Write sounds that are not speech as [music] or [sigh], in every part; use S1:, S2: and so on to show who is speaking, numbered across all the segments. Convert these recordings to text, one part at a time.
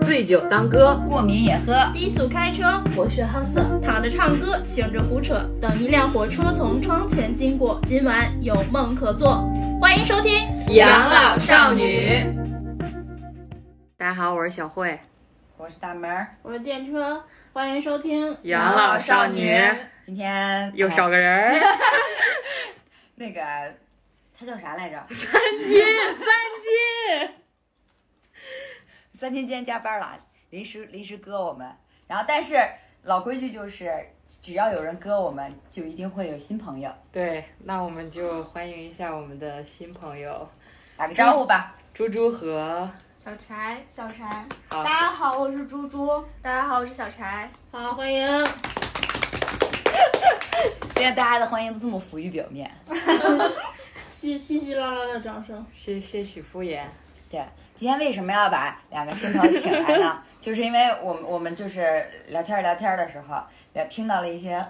S1: 醉酒当歌，
S2: 过敏也喝。
S3: 低速开车，博学好色，躺着唱歌，醒着胡扯。等一辆火车从窗前经过，今晚有梦可做。欢迎收听《
S1: 养老少女》。大家好，我是小慧，
S2: 我是大门儿，
S3: 我是电车，欢迎收听《
S1: 养老少女》。
S2: 今天
S1: [laughs] 又少个人儿，
S2: 那个他叫啥来着？
S1: [laughs] 三金，三金。
S2: 三金今天加班了，临时临时割我们。然后，但是老规矩就是，只要有人割我们，就一定会有新朋友。
S1: [laughs] 对，那我们就欢迎一下我们的新朋友
S2: 打个招呼吧。
S1: 猪猪和
S3: 小柴，小柴，
S1: 好
S4: 家好，我是猪猪。
S3: 大家好，我是小柴。好，欢迎。
S2: 现在大家的欢迎都这么浮于表面。
S3: 稀稀稀拉拉的掌声。
S1: 些些许敷衍，
S2: 对，今天为什么要把两个新朋友请来呢？ [laughs] 就是因为我们我们就是聊天儿聊天儿的时候，也听到了一些，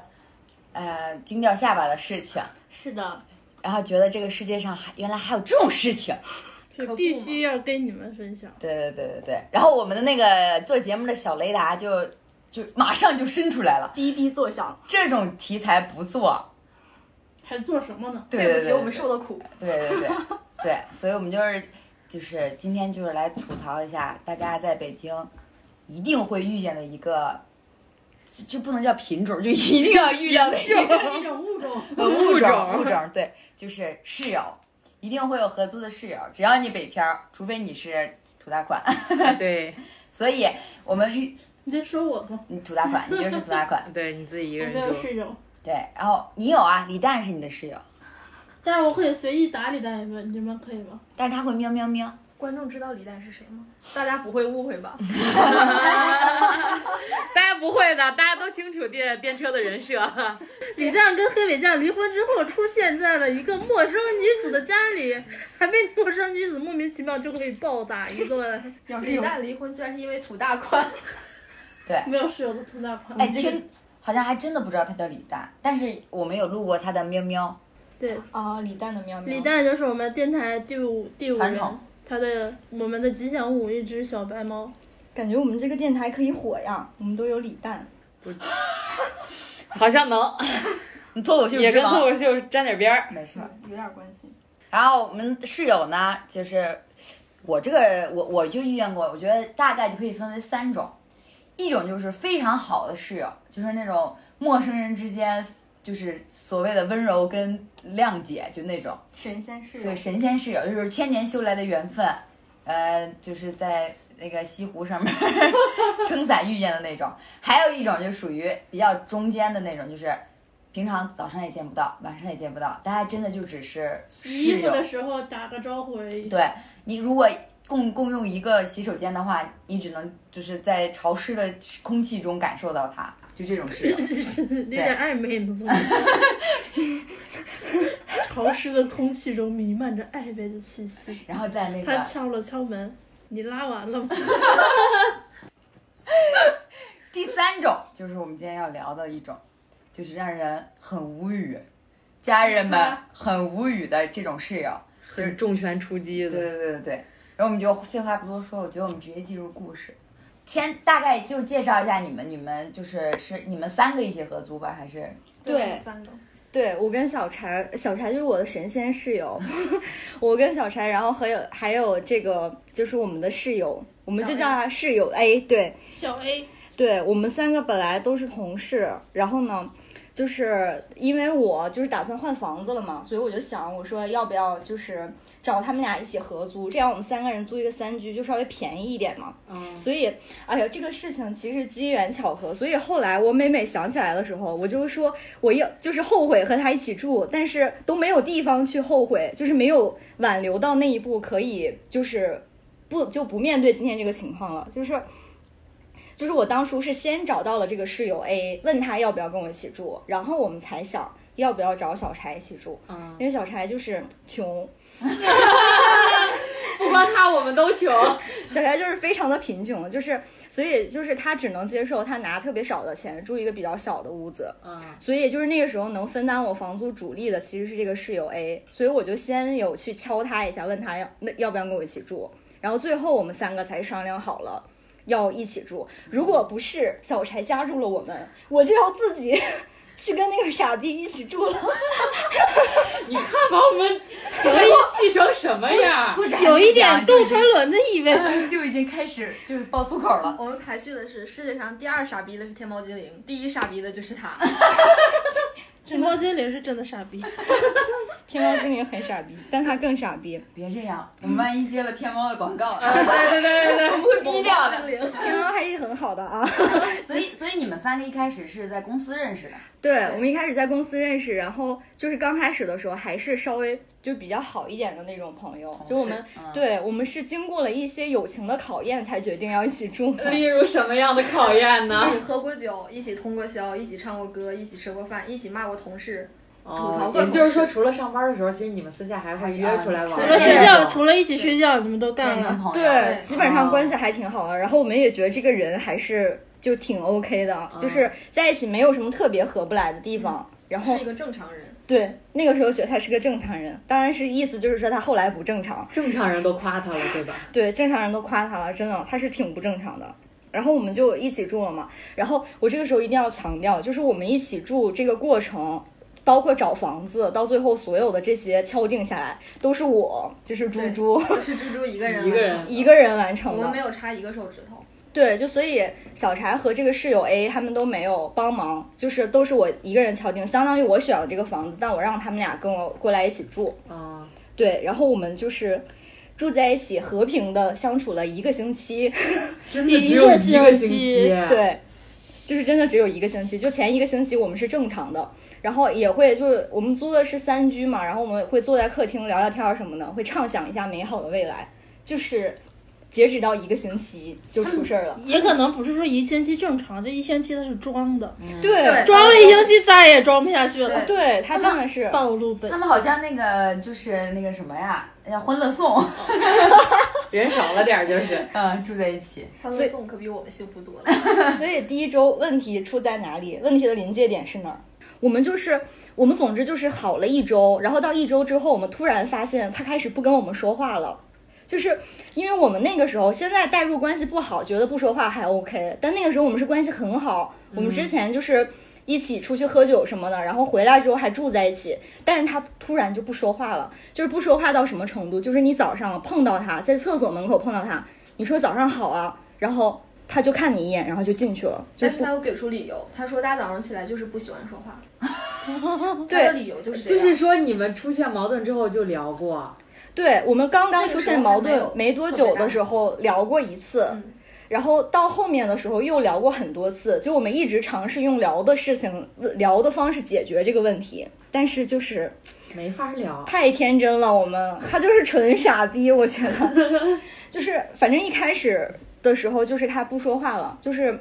S2: 呃，惊掉下巴的事情，
S4: 是的，
S2: 然后觉得这个世界上还原来还有这种事情。
S3: 这必须要跟你们分享。
S2: 对对对对对。然后我们的那个做节目的小雷达就就马上就伸出来了，
S4: 哔哔作响。
S2: 这种题材不做。
S3: 还做什么呢？
S2: 对对对对
S4: 的苦。
S2: 对对对对，所以我们就是就是今天就是来吐槽一下大家在北京一定会遇见的一个，就就不能叫品种，就一定要遇到的一个
S3: 一种物种。
S2: 物
S1: 种
S2: 物种，对，就是室友，一定会有合租的室友，只要你北漂儿，除非你是土大款，
S1: [laughs]
S2: [laughs]
S1: 对
S2: 所以我们遇嗯
S3: 你在说我吗？
S2: 你土大款，你就是土大款，
S1: [laughs] 对，你自己一
S3: 我
S1: 个人
S3: 没有
S1: 住，
S3: 室友，
S2: 对，然后你有啊，李诞是你的室友，
S3: 但是我可以随意打理蛋一们，你们可以吗？
S2: 但是他会喵喵喵，
S4: 观众知道李诞是谁吗？大家不会误会
S3: [laughs]
S4: 吧？
S1: 大家不会的，大家都清楚电电车的人设， [laughs]
S3: 李诞跟黑北酱离婚之后，出现在了一个陌生女子的家里，还被陌生女子莫名其妙就可以暴打一顿。
S4: 要是李诞离婚，居然是因为土大款。
S3: [laughs] 没有室友的土大款。
S2: 哎，真好像还真的不知道他叫李诞，但是我们有录过他的喵喵，
S3: 对，
S4: 啊，李诞的喵喵。
S3: 李诞就是我们电台第五第五
S2: 团
S3: 人
S2: 宠，
S3: 他的我们的吉祥物一只小白猫。
S4: 感觉我们这个电台可以火呀，我们都有李诞。
S1: 好像能，
S2: 你脱口秀
S1: 也
S2: 之
S1: 跟脱
S2: 王，
S1: 口秀沾点边儿。
S2: 没错。
S4: 有点关系。
S2: 然后我们室友呢，就是我这个我我就遇见过，我觉得大概就可以分为三种，一种就是非常好的室友，就是那种陌生人之间就是所谓的温柔跟谅解，就那种
S4: 神仙室
S2: 对神仙室友，就是千年修来的缘分，呃，就是在那个西湖上面 [laughs] 撑伞遇见的那种。还有一种就属于比较中间的那种，就是平常早上也见不到，晚上也见不到，大家真的就只是
S3: 洗
S2: 室
S3: 衣服
S2: 友。
S3: 的时候打个招呼而已。
S2: 对你如果共共用一个洗手间的话，你只能就是在潮湿的空气中感受到它，就这种 [laughs]
S3: [laughs]
S2: 室友。
S3: 有点暧昧吗？
S5: [laughs]
S3: 潮湿的空气中弥漫着暧昧的气息。
S2: 然后在那
S3: 他
S2: 个
S3: 敲了敲门，你拉完了吗？
S2: 第三种，就是我们今天要聊的一种，就是让人很无语，家人们很无语的这种室友。
S1: 就是重拳出击
S2: 对
S1: 的，
S2: 对对对对，然后我们就废话不多说，我觉得我们直接进入故事。先大概就介绍一下你们，你们就是是你们三个一起合租吧，还是
S4: 对
S3: 三个。
S6: 对我跟小柴，小柴就是我的神仙室友， [laughs] 我跟小柴，然后还有还有这个就是我们的室友，我们就叫他室友 A，对
S3: 小 A，
S6: 对，我们三个本来都是同事，然后呢，就是因为我就是打算换房子了嘛，所以我就想我说要不要就是找他们俩一起合租，这样我们三个人租一个三居就稍微便宜一点嘛。
S1: 嗯，
S6: 所以，哎呀，这个事情其实机缘巧合。所以后来我每每想起来的时候，我就说我要就是后悔和他一起住，但是都没有地方去后悔，就是没有挽留到那一步，可以就是不就不面对今天这个情况了，就是。就是我当初是先找到了这个室友 A，问他要不要跟我一起住，然后我们才想要不要找小柴一起住，
S1: 嗯
S6: 因为小柴就是穷，
S1: 不光他，我们都穷。
S6: 小柴就是非常的贫穷，就是所以就是他只能接受他拿特别少的钱住一个比较小的屋子，
S1: [laughs] 嗯，
S6: 所以就是那个时候能分担我房租主力的其实是这个室友 A，所以我就先有去敲他一下，问他要那要不要跟我一起住，然后最后我们三个才商量好了要一起住。如果不是小柴加入了我们，我就要自己 [laughs] 去跟那个傻逼一起住了。
S1: 你看 [laughs] 把我们可以气成什么样？
S2: 不展
S5: [laughs] 有一点
S2: 动
S5: 动沉沦的意味。
S2: 就已经开始就是爆粗口了。
S4: 我们排序的是世界上第二傻逼的是天猫精灵，第一傻逼的就是 [laughs] 他。
S5: 天猫精灵是真的傻 [laughs] 逼，
S6: 天猫精灵很傻逼，但他更傻逼。
S2: 别这样，我们万一接了天猫的广告， [laughs]
S1: 对对对对对，
S2: 会逼掉的。
S6: 天猫还是很好的啊。
S2: 所以，所以你们三个一开始是在公司认识的，
S6: 对，我们一开始在公司认识，然后就是刚开始的时候还是稍微就比较好一点的那种朋友，就我们。
S2: 嗯、
S6: 对我们是经过了一些友情的考验，才决定要一起住
S1: [laughs]
S6: 的。
S1: 例如什么样的考验
S4: 一
S1: 呢？
S4: 起喝过酒，一起通过宵，一起唱过歌，一起吃过饭，一起骂过同事。吐槽
S1: 哦
S4: 过
S1: 也就是说，除了上班的时候，其实你们私下还会约出来玩。
S2: 除
S5: 除了
S2: 是
S5: 睡
S2: 这
S5: 觉，
S2: 样
S5: 除了一起睡觉，你们都干
S2: 变成
S5: 了。
S2: 朋友。
S6: 啊对，啊基本上
S2: 哦
S6: 关系还挺好的。然后我们也觉得这个人还是就挺 OK 的，就是在一起没有什么特别合不来的地方。然后
S4: 是一个正常人，
S6: 对那个时候觉得他是个正常人，当然是意思就是说他后来不正常。
S1: 正常人都夸他了，对吧？
S6: 对，正常人都夸他了，真的，他是挺不正常的。然后我们就一起住了嘛。然后我这个时候一定要强调，就是我们一起住这个过程，包括找房子，到最后所有的这些敲定下来，都是我，就是猪猪
S4: 就是猪猪一个人，
S1: 一个人，
S6: 一个人完
S4: 我
S6: 成
S4: 们没
S6: 的。
S4: 有插一个手指头。
S6: 对，就所以小柴和这个室友 A 他们都没有帮忙，就是都是我一个人敲定，相当于我选了这个房子，但我让他们俩跟我过来一起住。
S1: 啊，
S6: 对，然后我们就是住在一起，和平的相处了一个星期。
S1: 真的只有一个星
S5: 一
S1: 期
S5: 个。
S6: 对，就是真的只有一个星期，就前一个星期我们是正常的，然后也会就是我们租的是三居嘛，然后我们会坐在客厅聊聊天儿什么的，会畅想一下美好的未来，就是。截止到一个星期就出事儿了，
S5: 也可能不是说一星期正常，这一星期他是装的，
S2: 嗯
S6: 对
S5: 装了一星期再也装不下去了，
S4: 对
S6: 对，他真的是
S5: 暴露本
S2: 他
S5: 性。
S2: 们好像那个就是那个什么呀，叫欢乐颂， [laughs]
S1: 人少了点儿就是。
S2: 嗯，住在一起。
S4: 欢
S6: 所
S4: 乐
S6: 以
S4: 颂可比我们幸福 [laughs] 多了。
S6: 所以第一周问题出在哪里？问题的临界点是哪儿？我们就是我们，总之就是好了一周，然后到一周之后，我们突然发现他开始不跟我们说话了。就是因为我们那个时候，现在代入关系不好，觉得不说话还 OK，但那个时候我们是关系很好，我们之前就是一起出去喝酒什么的，然后回来之后还住在一起，但是他突然就不说话了，就是不说话到什么程度，就是你早上碰到他在厕所门口碰到他，你说早上好啊，然后他就看你一眼，然后就进去了，就
S4: 但是
S6: 不
S4: 他又给出理由，他说大早上起来就是不喜欢说 [laughs] 话。
S6: 对
S4: 他的理由就是这
S1: [laughs] 就
S4: 样。
S1: 是说，你们出现矛盾之后就聊过，
S6: 对我们刚
S4: 那
S6: 刚
S4: 个
S6: 出
S4: 时
S6: 现
S4: 候
S6: 矛
S4: 还没
S6: 盾
S4: 有
S6: 没多
S4: 特
S6: 久
S4: 别
S6: 的
S4: 大
S6: 时候聊过一次，
S4: 嗯
S6: 然后到后面的时候又聊过很多次，就我们一直尝试用聊的事情、聊的方式解决这个问题，但是就是
S1: 没法聊。
S6: 太天真了，我们他就是纯傻逼，我觉得，就是反正一开始的时候就是他不说话了，就是。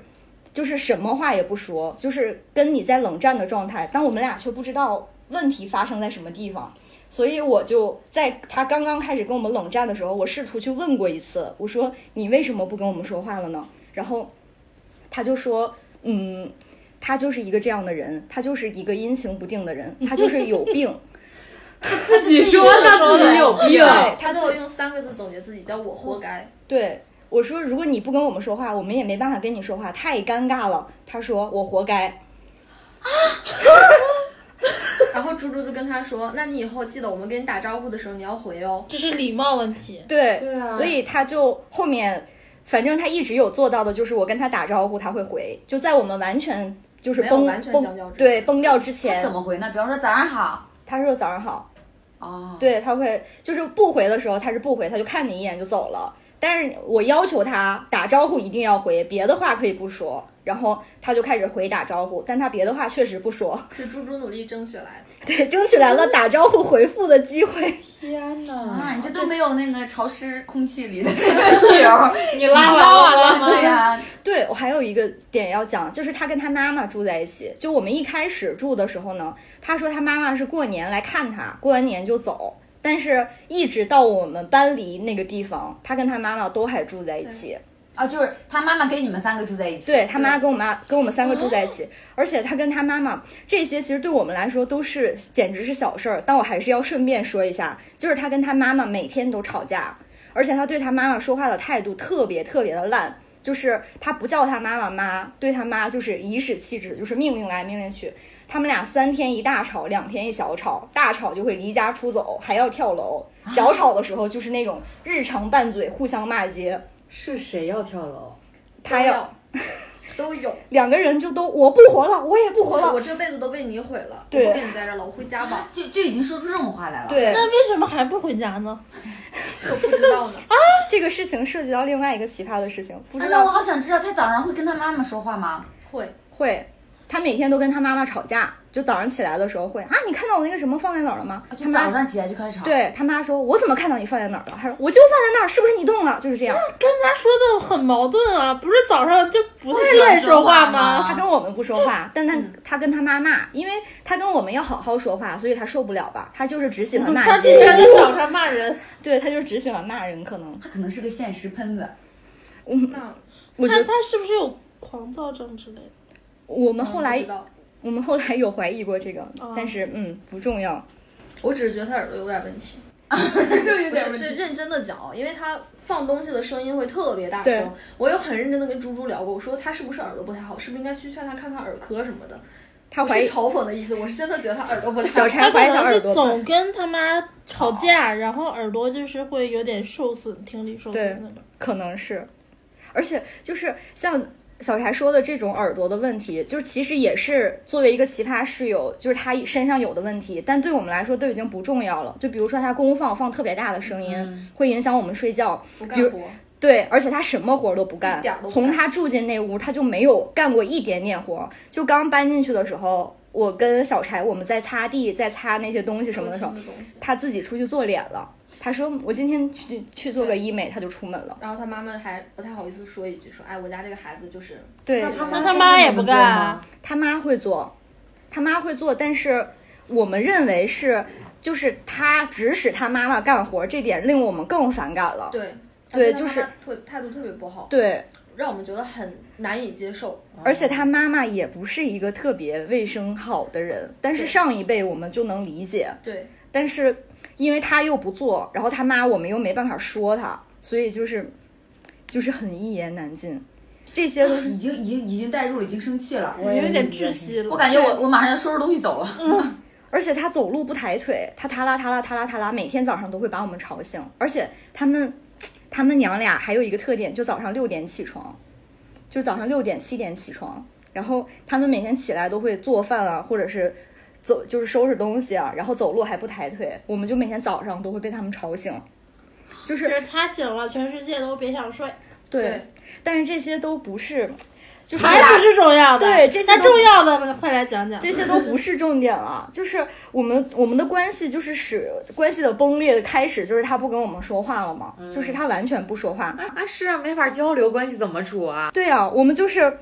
S6: 就是什么话也不说，就是跟你在冷战的状态，但我们俩却不知道问题发生在什么地方，所以我就在他刚刚开始跟我们冷战的时候，我试图去问过一次，我说你为什么不跟我们说话了呢？然后他就说，嗯，他就是一个这样的人，他就是一个阴晴不定的人，他就是有病，
S1: [laughs] 自己说他自己有病，
S6: 对
S4: [laughs] 他
S6: 他
S4: 最
S6: 最
S4: 后用三个字总结自己，叫我活该。
S6: 对我说，如果你不跟我们说话，我们也没办法跟你说话，太尴尬了。他说我活该。
S4: 然后猪猪就跟他说：“那你以后记得我们跟你打招呼的时候你要回哦。
S5: 这是礼貌问题。
S6: 对，
S1: 对啊
S6: 所以他就后面，反正他一直有做到的，就是我跟他打招呼，他会回，就在我们完全就是
S4: 没有
S6: 崩
S4: 完全僵掉
S6: 崩
S4: 之前
S6: 对崩掉之
S2: 他
S6: 前
S2: 怎，么回呢？比方说早上好，
S6: 他说早上好，
S2: 哦，，
S6: 对他会就是不回的时候他是不回，他就看你一眼就走了。但是我要求他打招呼一定要回，别的话可以不说。然后他就开始回打招呼，但他别的话确实不说。”
S4: 是猪猪努力争取来的。
S6: 对，争取来了打招呼回复的机会。
S1: 天
S2: 啊，
S1: 哪！
S2: 你这都没有那个潮湿空气里的那个室 [laughs] 友，
S1: 你拉
S2: 啊
S1: 完了
S2: 对呀、
S6: [laughs] 对我还有一个点要讲，就是他跟他妈妈住在一起。就我们一开始住的时候呢，他说他妈妈是过年来看他，过完年就走。但是，一直到我们搬离那个地方，他跟他妈妈都还住在一起。
S2: 啊，就是他妈妈跟你们三个住在一起，
S6: 对他妈跟我妈跟我们三个住在一起，而且他跟他妈妈这些其实对我们来说都是简直是小事儿，但我还是要顺便说一下，就是他跟他妈妈每天都吵架。而且他对他妈妈说话的态度特别特别的烂，就是他不叫他妈妈妈，对他妈就是颐使气指，就是命令来命令去。他们俩三天一大吵，两天一小吵，大吵就会离家出走，还要跳楼；小吵的时候就是那种日常拌嘴，互相骂街。
S1: 是谁要跳楼？
S6: 他要
S4: 都
S6: [laughs]
S4: 有，
S6: 两个人就都我不活了，我也不活了。
S4: 我这辈子都被你毁了，
S6: 对
S4: 我不跟你在这儿了，我回家吧。
S2: 就就已经说出这种话来了。，啊
S6: 对，
S5: 那为什么还不回家呢？
S4: 我不知道
S6: [laughs]
S4: 呢，
S6: 这个事情涉及到另外一个奇葩的事情，不
S2: 啊
S6: 知、
S2: 那我
S6: 道
S2: 好想知道他早上会跟他妈妈说话吗？
S4: 会
S6: 会，他每天都跟他妈妈吵架，就早上起来的时候会啊，你看到我那个什么放在哪儿了吗？
S2: 啊
S6: 他
S2: 就早
S6: 妈
S2: 上起来就开始吵。，
S6: 对他妈说，我怎么看到你放在哪儿了？他说我就放在那儿，是不是你动了？就是这样，
S5: 跟他说的很矛盾啊，不是早上就不太
S2: 喜欢
S5: 愿意说话
S2: 说话吗
S6: 他跟我们不说话，但他他跟他妈骂，因为他跟我们要好好说话，所以他受不了吧？他就是只喜欢骂
S5: 他
S6: 街
S5: 竟，然在早上骂人，
S6: 对他就是只喜欢骂人，可能
S2: 他可能是个现实喷子。
S4: 那
S6: 嗯我觉
S5: 他
S6: 得
S5: 他是不是有狂躁症之类的？
S6: 我们
S4: 嗯
S6: 后来
S4: 不知道
S6: 我们后来有怀疑过这个
S5: 哦，
S6: 但是嗯不重要，
S4: 我只是觉得他耳朵有点问
S6: [laughs]
S4: 题，
S2: 有
S4: 不是是认真的讲，因为他放东西的声音会特别大
S6: 对
S4: 声。我有很认真的跟猪猪聊过，我说他是不是耳朵不太好，是不是应该去劝他看看耳科什么的。
S6: 他
S4: 不是
S6: 怀疑
S4: 嘲讽的意思，我是真的觉得他耳朵不太
S6: 小
S4: 好。
S6: 柴
S5: 可
S6: 怀疑他
S5: 能
S6: 耳
S5: 是
S6: 朵吧
S5: 总跟他妈吵架，然后耳朵就是会有点受损，听力受损那种。
S6: 可能是，而且就是像小柴说的这种耳朵的问题，就是其实也是作为一个奇葩室友，就是他身上有的问题，但对我们来说都已经不重要了。就比如说他公放放特别大的声音，
S4: 嗯
S1: 嗯
S6: 会影响我们睡觉。
S4: 不
S6: 比
S4: 干
S6: 如
S4: 活，
S6: 对，而且他什么活儿都不干
S4: 一点儿都，不干
S6: 从他住进那屋，他就没有干过一点点活儿。就刚搬进去的时候，我跟小柴我们在擦地，在擦那些东西什么的时候
S4: 不，听的东西。
S6: 他自己出去做脸了。他说我今天去去做个医美，他就出门了。
S4: 然后他妈妈还不太好意思说一句，说：“哎，我家这个孩子就是
S6: 对，
S2: 那他妈
S5: 那他妈也不干
S2: 啊
S5: 啊。
S6: 他妈会做，他妈会做，但是我们认为是，就是他指使他妈妈干活，这点令我们更反感了。
S4: 对
S6: 对
S4: 他
S6: 就是
S4: 他妈妈特态度特别不好，
S6: 对，
S4: 让我们觉得很难以接受。
S5: 哦
S4: 啊
S6: 而且他妈妈也不是一个特别卫生好的人，但是
S4: 对
S6: 上一辈我们就能理解，
S4: 对，
S6: 但是因为他又不做，然后他妈我们又没办法说他，所以就是就是很一言难尽，这些都是
S2: 已经已经已经代入了，已经生气了。
S1: 我也
S5: 有点窒息了。
S2: 我感觉我我马上要收拾东西走了。
S6: 而且他走路不抬腿，他塌啦塌啦塌啦塌啦，每天早上都会把我们吵醒。而且他们，他们娘俩还有一个特点，就早上六点起床，就早上六点七点起床。然后他们每天起来都会做饭啊，或者是走就是收拾东西啊，然后走路还不抬腿。我们就每天早上都会被他们吵醒，就
S5: 就是是他醒了，全世界都别想睡，
S6: 对
S4: 对
S6: 但是这些都不是，就是
S5: 还不是重要的。
S6: 对这些
S5: 那
S6: 都
S5: 重要的快来讲讲。
S6: 这些都不是重点了，就是我们我们的关系就是使关系的崩裂的开始，就是他不跟我们说话了嘛，就是他完全不说话。
S7: 啊，是啊，没法交流，关系怎么处啊？
S6: 对啊，我们就是。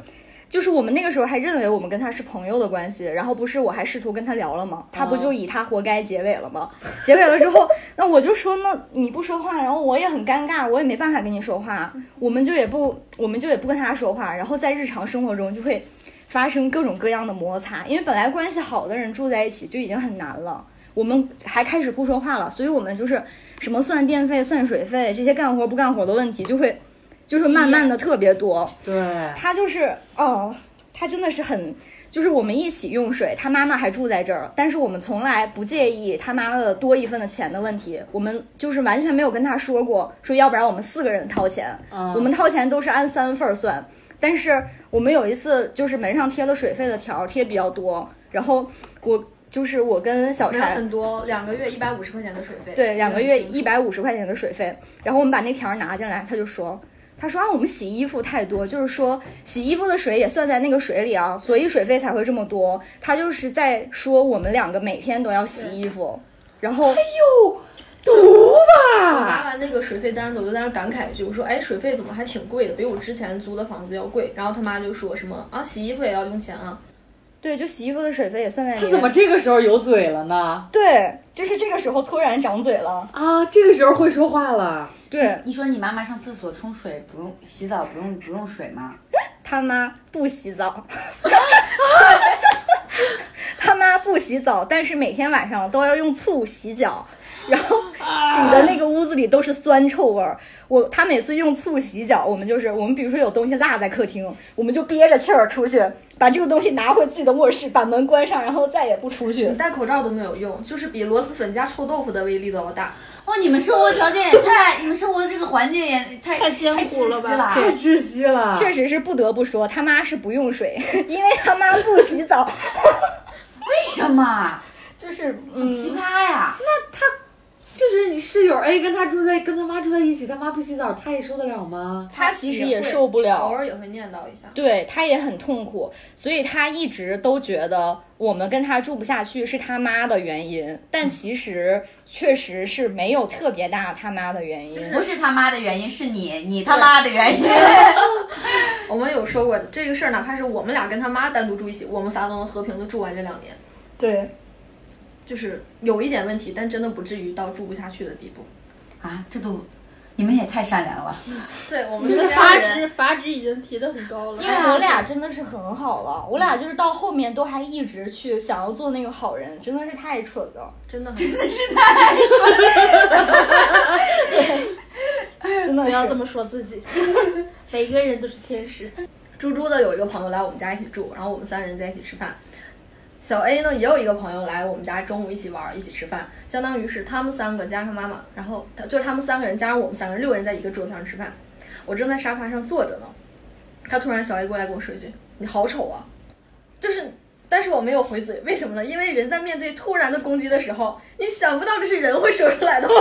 S6: 就是我们那个时候还认为我们跟他是朋友的关系，然后不是我还试图跟他聊了吗？他不就以他活该结尾了吗？ [laughs] 结尾了之后，那我就说，那你不说话，然后我也很尴尬，我也没办法跟你说话，我们就也不，我们就也不跟他说话，然后在日常生活中就会发生各种各样的摩擦，因为本来关系好的人住在一起就已经很难了，我们还开始不说话了，所以我们就是什么算电费、算水费这些干活不干活的问题就会，就是慢慢的特别多。
S7: 对，
S6: 他就是哦，他真的是很，就是我们一起用水，他妈妈还住在这儿，但是我们从来不介意他妈的多一份的钱的问题，我们就是完全没有跟他说过，说要不然我们四个人掏钱，我们掏钱都是按三份儿算。但是我们有一次就是门上贴了水费的条儿，贴比较多，然后我就是我跟小
S4: 没有
S6: 柴。
S4: 很多，两个月一百五十块钱的水费，
S6: 对，两个月
S4: 记得很
S6: 一
S4: 清楚
S6: 百五十块钱的水费。然后我们把那条儿拿进来，他就说，他说啊，我们洗衣服太多，就是说洗衣服的水也算在那个水里啊，所以水费才会这么多。他就是在说我们两个每天都要洗衣服，然后
S4: 我拿完那个水费单子，我就在那儿感慨一句，我说：“哎，水费怎么还挺贵的，比我之前租的房子要贵。”然后他妈就说什么：“啊，洗衣服也要用钱啊
S6: 对，就洗衣服的水费也算在
S1: 他
S6: 里
S1: 怎么
S6: 面。
S1: 这个时候有嘴了呢？
S6: 对，就是这个时候突然长嘴了。
S1: 啊，这个时候会说话了。
S6: 对
S2: 你说你妈妈上厕所冲水不用洗澡不用不用水吗？
S6: 他妈不洗澡，他妈不洗澡，但是每天晚上都要用醋洗脚。然后洗的那个屋子里都是酸臭味儿。我他每次用醋洗脚，我们就是我们比如说有东西落在客厅，我们就憋着气儿出去，把这个东西拿回自己的卧室，把门关上，然后再也不出去
S4: 你。戴口罩都没有用，就是比螺蛳粉加臭豆腐的威力都要大。
S2: 哇，哦你们生活条件也
S6: [laughs]
S2: 太，你们生活的这个环境也太
S5: 太艰
S2: 太
S5: 苦
S2: 窒
S5: 了
S2: 息
S5: 吧
S2: 了。
S1: 太窒息了。
S6: 确实是不得不说，他妈是不用水， [laughs] 因为他妈不洗澡。
S2: 为什么？
S6: 就是嗯
S2: 奇葩呀！
S1: 就是你室友 A 跟他住在跟他妈住在一起，他妈不洗澡，他也受得了吗？
S6: 他其实
S4: 也
S6: 也
S4: 会
S6: 受不了，
S4: 偶尔也会念叨一下。
S6: 对他也很痛苦，所以他一直都觉得我们跟他住不下去是他妈的原因，但其实确实是没有特别大他妈的原因。
S2: 不是他妈的原因，是你，你他妈的原因。
S4: 我们有说过这个事儿，哪怕是我们俩跟他妈单独住一起，我们仨都能和平的住完这两年。
S6: 对，
S4: 就是有一点问题，但真的不至于到住不下去的地步。
S2: [laughs] 啊，这都，你们也太善良了吧。
S4: 对我们
S5: 就是
S4: 身边
S5: 阀
S4: 的人，
S5: 值，阀值已经提得很高了。
S6: 因为我俩真的是很好了，我俩就是到后面都还一直去想要做那个好人，真的是太蠢了，
S4: 真的很 [laughs]
S6: 真的
S5: 不要这
S6: 是。
S5: 么说自 [laughs] 己，每个人都是天使。
S4: 猪猪的有一个朋友来我们家一起住，然后我们三人在一起吃饭。小 A 呢也有一个朋友来我们家，中午一起玩儿，一起吃饭，相当于是他们三个加上妈妈，然后他就是他们三个人加上我们三个人，六个人在一个桌子上吃饭。我正在沙发上坐着呢，他突然小 A 过来跟我说一句：“你好丑啊！”就是，但是我没有回嘴，为什么呢？因为人在面对突然的攻击的时候，你想不到这是人会说出来的话， [laughs] 你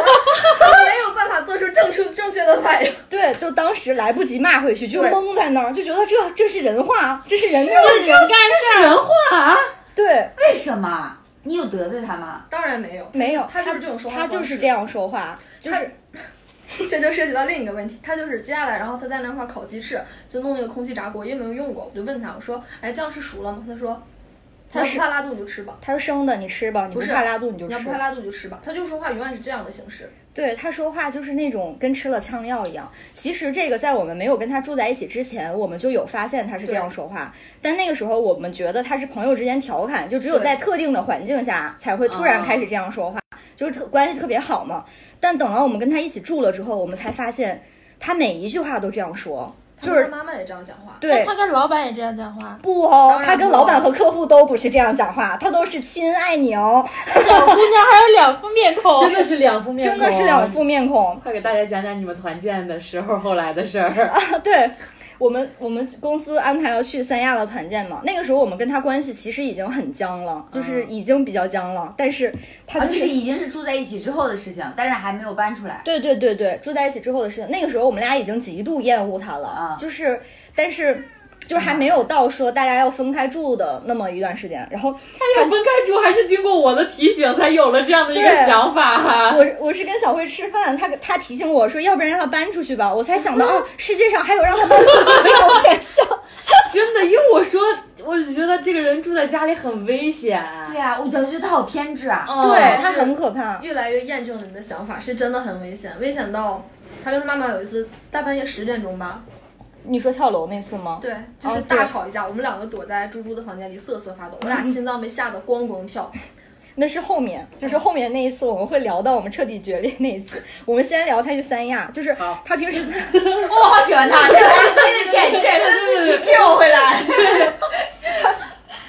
S4: 没有办法做出正出正确的反应。
S6: 对，就当时来不及骂回去，就
S4: 对
S6: 懵在那儿，就觉得这这是人话，这是人干的，这这是人话。 [laughs] 对，
S2: 为什么？你有得罪他吗？
S4: 当然没有，
S6: 没有，
S4: 他就是这种说话
S6: 他就
S4: 方
S6: 是
S4: 式
S6: 这样说话，就是
S4: [laughs] 这就涉及到另一个问题，他就是接下来，然后他在那块儿烤鸡翅，就弄那个空气炸锅，因为没有用过，我就问他，我说，哎，这样是熟了吗？他说，
S6: 他
S4: 你要
S6: 是
S4: 不怕拉肚你就吃吧，
S6: 他说生的你吃吧，你
S4: 不是
S6: 怕拉肚你就
S4: 你要
S6: 吃
S4: 不。怕拉肚你就吃吧。他就说话永远是这样的形式，
S6: 对他说话就是那种跟吃了呛药一样。其实这个在我们没有跟他住在一起之前，我们就有发现他是这样说话，但那个时候我们觉得他是朋友之间调侃，就只有
S4: 对
S6: 在特定的环境下才会突然开始这样说话，就是特关系特别好嘛。但等到我们跟他一起住了之后，我们才发现他每一句话都这样说，
S4: 他
S6: 就
S4: 跟他
S6: 是
S4: 妈妈也这样讲话，
S6: 对
S5: 那他跟老板也这样讲话，啊
S6: 不哦
S4: 当，然
S6: 他跟
S4: 不
S6: 老
S4: 了
S6: 板和客户都不是这样讲话，他都是亲爱你哦，
S5: 小姑娘还有两副面孔，
S1: 真的是两副面
S6: 真
S1: 孔，
S6: 的是两。副面孔。
S1: 快给大家讲讲你们团建的时候后来的事 [laughs] 儿。
S6: 对我们，我们公司安排要去三亚的团建嘛，那个时候我们跟他关系其实已经很僵了，就是已经比较僵了，但是他
S2: 啊，
S6: 就。
S2: 就是是已经是住在一起之后的事情，但是还没有搬出来。
S6: 对对对对，住在一起之后的事情，那个时候我们俩已经极度厌恶他了，
S2: 啊
S6: 就是，但是就还没有到说大家要分开住的那么一段时间。然后
S1: 他要分开住，还是经过我的提醒才有了这样的一个
S6: 对
S1: 想法、 [laughs]
S6: 我我是跟小慧吃饭，她她提醒我说，要不然让她搬出去吧，我才想到哦，世界上还有让她搬出去这种选项。 [laughs]
S1: 真的，因为我说，我就觉得这个人住在家里很危险。
S2: 对呀、我就觉得他好偏执啊。
S1: 嗯
S6: 哦对，她很可怕。
S4: 越来越验证了你的想法是真的很危险，危险到他跟他妈妈有一次大半夜十点钟吧，
S6: 你说跳楼那次吗？
S4: 对，就是
S6: 哦对
S4: 大吵一架，我们两个躲在猪猪的房间里瑟瑟发抖，我俩心脏被吓得咣咣跳，
S6: 那是后面，就是后面那一次，我们会聊到我们彻底决裂那一次。我们先聊他去三亚，就是
S1: 好
S6: 他平时
S2: 我好喜欢他，对吧？他的潜质，他自己 Q 回来。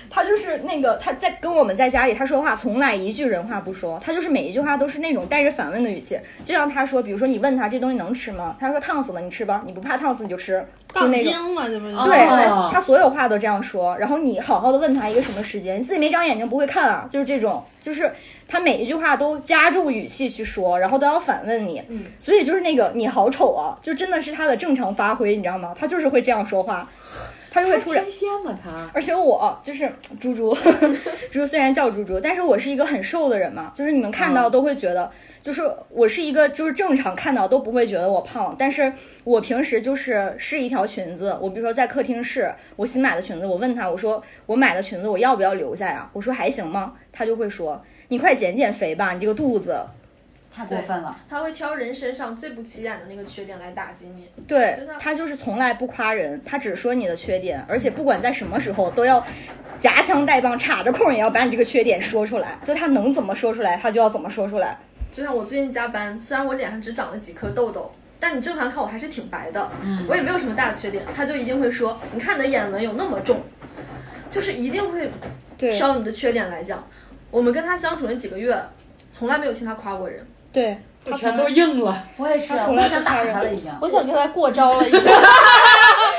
S6: 他就是那个他在跟我们在家里，他说话从来一句人话不说，他就是每一句话都是那种带着反问的语气。就像他说，比如说你问他这东西能吃吗？他说烫死了你吃吧，你不怕烫死你就吃，就
S5: 杠
S6: 那种。
S5: 精嘛，这不是？
S6: 对、
S1: 哦
S6: 他所有话都这样说，然后你好好的问他一个什么时间，你自己没长眼睛不会看啊，就是这种，就是他每一句话都加重语气去说，然后都要反问你，
S4: 嗯
S6: 所以就是那个你好丑啊，就真的是他的正常发挥，你知道吗？他就是会这样说话，他就会突然
S1: 天仙嘛他，
S6: 而且我就是猪猪， [laughs] 猪猪虽然叫猪猪，但是我是一个很瘦的人嘛，就是你们看到都会觉得，就是我是一个就是正常看到都不会觉得我胖，但是我平时就是试一条裙子，我比如说在客厅试我新买的裙子，我问他我说我买的裙子我要不要留下呀？我说还行吗？他就会说你快减减肥吧，你这个肚子，
S2: 太过分了，
S4: 他会挑人身上最不起眼的那个缺点来打击你。
S6: 对
S4: 就像
S6: 他就是从来不夸人，他只说你的缺点，而且不管在什么时候都要夹枪带棒，插着空也要把你这个缺点说出来。就他能怎么说出来，他就要怎么说出来。
S4: 就像我最近加班，虽然我脸上只长了几颗痘痘，但你正常看我还是挺白的，
S2: 嗯
S4: 我也没有什么大的缺点，他就一定会说，你看你的眼纹有那么重，就是一定会
S6: 对
S4: 挑你的缺点来讲。我们跟他相处那几个月，从来没有听他夸过人，
S6: 对，
S1: 我全都硬了。
S2: 我也是，
S6: 他从
S2: 我
S6: 来
S2: 想
S6: 不
S2: 打
S6: 夸
S2: 死他
S6: 人
S2: 了已经。
S3: 我想跟他过招 [laughs] 了，已经
S2: 想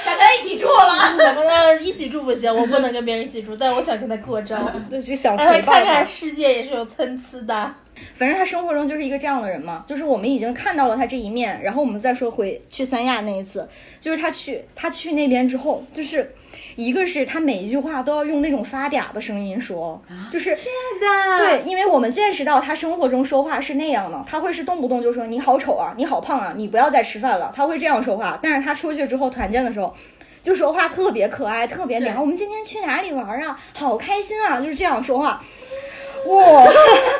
S2: 跟他一起住了。
S3: 我跟他一起住不行，我不能跟别人一起住，但我想跟他过 [laughs] 招，
S6: 就就想
S3: 让他
S6: 锤爆
S3: 哎看
S6: 他
S3: 看。世界也是有参差的。
S6: 反正他生活中就是一个这样的人嘛，就是我们已经看到了他这一面，然后我们再说回去三亚那一次，就是他去他去那边之后，就是一个是他每一句话都要用那种发嗲的声音说，
S3: 啊
S6: 就是对，因为我们见识到他生活中说话是那样的，他会是动不动就说你好丑啊，你好胖啊，你不要再吃饭了，他会这样说话。但是他出去之后团建的时候，就说话特别可爱，特别嗲。我们今天去哪里玩啊？好开心啊！就是这样说话，哇，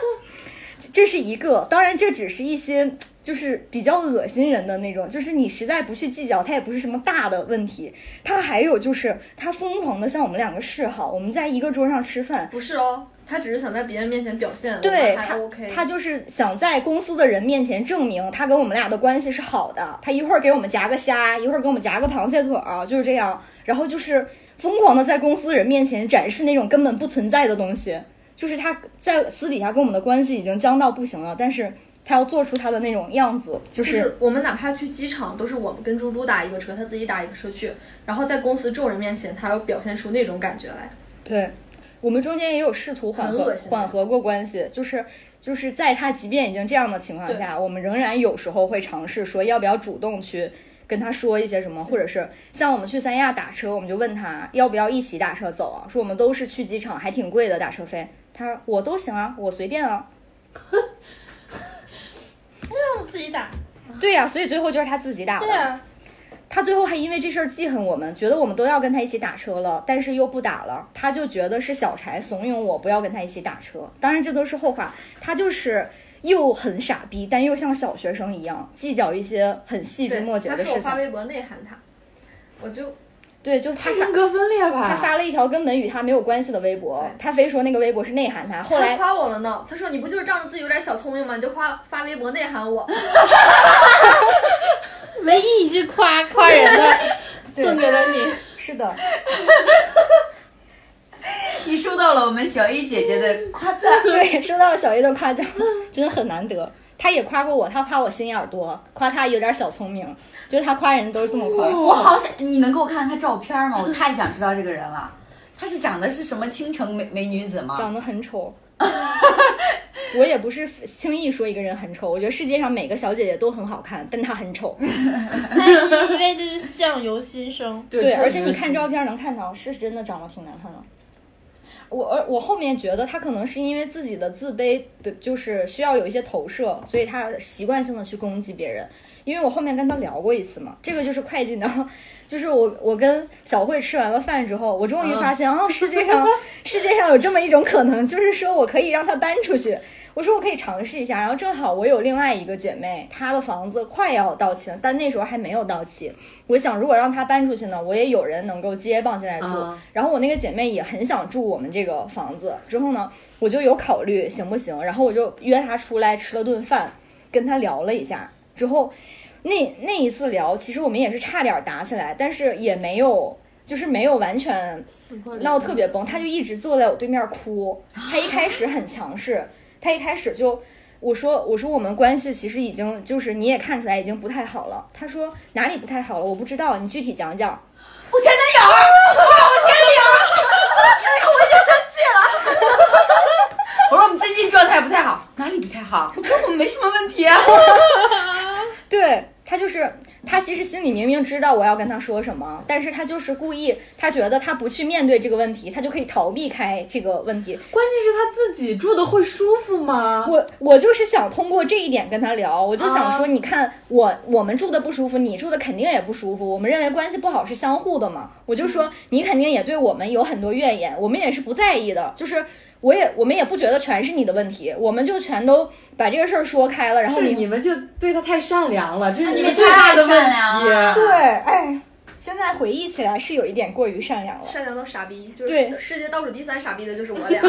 S6: [laughs] 这是一个。当然，这只是一些就是比较恶心人的那种，就是你实在不去计较，它也不是什么大的问题。他还有就是他疯狂的向我们两个示好，我们在一个桌上吃饭，
S4: 不是哦，他只是想在别人面前表现，
S6: 对
S4: 我们
S6: 他
S4: 还 OK，，
S6: 他就是想在公司的人面前证明他跟我们俩的关系是好的。他一会儿给我们夹个虾，一会儿给我们夹个螃蟹腿儿，就是这样。然后就是疯狂的在公司人面前展示那种根本不存在的东西，就是他在私底下跟我们的关系已经僵到不行了，但是他要做出他的那种样子，就
S4: 就是是我们哪怕去机场，都是我们跟猪猪打一个车，他自己打一个车去，然后在公司众人面前，他要表现出那种感觉来。
S6: 对。我们中间也有试图缓
S4: 很
S6: 和
S4: 恶心
S6: 缓和过关系，就是就是在他即便已经这样的情况下，我们仍然有时候会尝试说要不要主动去跟他说一些什么，或者是像我们去三亚打车，我们就问他要不要一起打车走啊？说我们都是去机场，还挺贵的打车费。他说我都行啊，我随便啊。
S3: 我自己打，
S4: 啊
S6: 对呀、所以最后就是他自己打的。
S3: 对啊，
S6: 他最后还因为这事儿记恨我们，觉得我们都要跟他一起打车了，但是又不打了，他就觉得是小柴怂恿我不要跟他一起打车。当然这都是后话，他就是又很傻逼，但又像小学生一样计较一些很细枝
S4: 对，
S6: 末节
S4: 他
S6: 的
S4: 说我
S6: 事
S4: 发
S6: 情。
S4: 微博内涵他，我就
S6: 对，就他发
S1: 人格分裂吧？
S6: 他发了一条根本与他没有关系的微博
S4: 啊对，
S6: 他非说那个微博是内涵他。后
S4: 他
S6: 来
S4: 夸我了呢，他说你不就是仗着自己有点小聪明吗？你就夸发微博内涵 [laughs] 我，
S3: 唯一一句夸夸人 [laughs] 的送给了你。
S6: 是的，
S2: 你收到了我们小 A 姐姐的夸赞，
S6: [laughs] 对，收到了小 A 的夸奖，真的很难得。他也夸过我，他夸我心眼儿多，夸他有点小聪明，就是他夸人都是这么夸。
S2: 我好想你能给我看看他照片吗？我太想知道这个人了。他是长得是什么倾城美美女子吗？
S6: 长得很丑。我也不是轻易说一个人很丑，我觉得世界上每个小姐姐都很好看，但她很丑。
S3: 他 [laughs] 因为这是相由心生，
S6: 对，而且你看照片能看到，是真的长得挺难看的。我而我后面觉得她可能是因为自己的自卑的，就是需要有一些投射，所以她习惯性的去攻击别人。因为我后面跟她聊过一次嘛，这个就是会计呢， [laughs] 就是我我跟小慧吃完了饭之后，我终于发现啊、世界上世界上有这么一种可能，就是说我可以让她搬出去。我说我可以尝试一下，然后正好我有另外一个姐妹，她的房子快要到期了，但那时候还没有到期。我想如果让她搬出去呢，我也有人能够接棒进来住。
S1: 啊
S6: 然后我那个姐妹也很想住我们这个房子，之后呢，我就有考虑行不行，然后我就约她出来吃了顿饭，跟她聊了一下之后，那那一次聊，其实我们也是差点打起来，但是也没有。就是没有完全
S3: 死过
S6: 闹特别崩，他就一直坐在我对面哭。他一开始很强势，他一开始就我说我说我们关系其实已经就是你也看出来已经不太好了。他说哪里不太好了？我不知道，你具体讲讲。
S2: 我前男友儿，哎 [laughs] 我有我前男友儿，我就生气了。我说我们最近状态不太好，哪里不太好？我说我们没什么问题啊。
S6: 对他就是他其实心里明明知道我要跟他说什么，但是他就是故意，他觉得他不去面对这个问题，他就可以逃避开这个问题。
S1: 关键是他自己住的会舒服吗？
S6: 我我就是想通过这一点跟他聊，我就想说，你看我我们住的不舒服，你住的肯定也不舒服。我们认为关系不好是相互的嘛，我就说你肯定也对我们有很多怨言，我们也是不在意的，就是。我也我们也不觉得全是你的问题，我们就全都把这个事儿说开了，然后
S1: 是
S6: 你
S1: 你们就对他太善良了，这是
S2: 你
S1: 们
S2: 们
S1: 最大的问
S2: 太善良
S1: 题。
S6: 对，哎，现在回忆起来是有一点过于善良了。
S4: 善良到傻逼，就
S6: 对
S4: 是世界倒数第三 [laughs] 傻逼的就是我俩。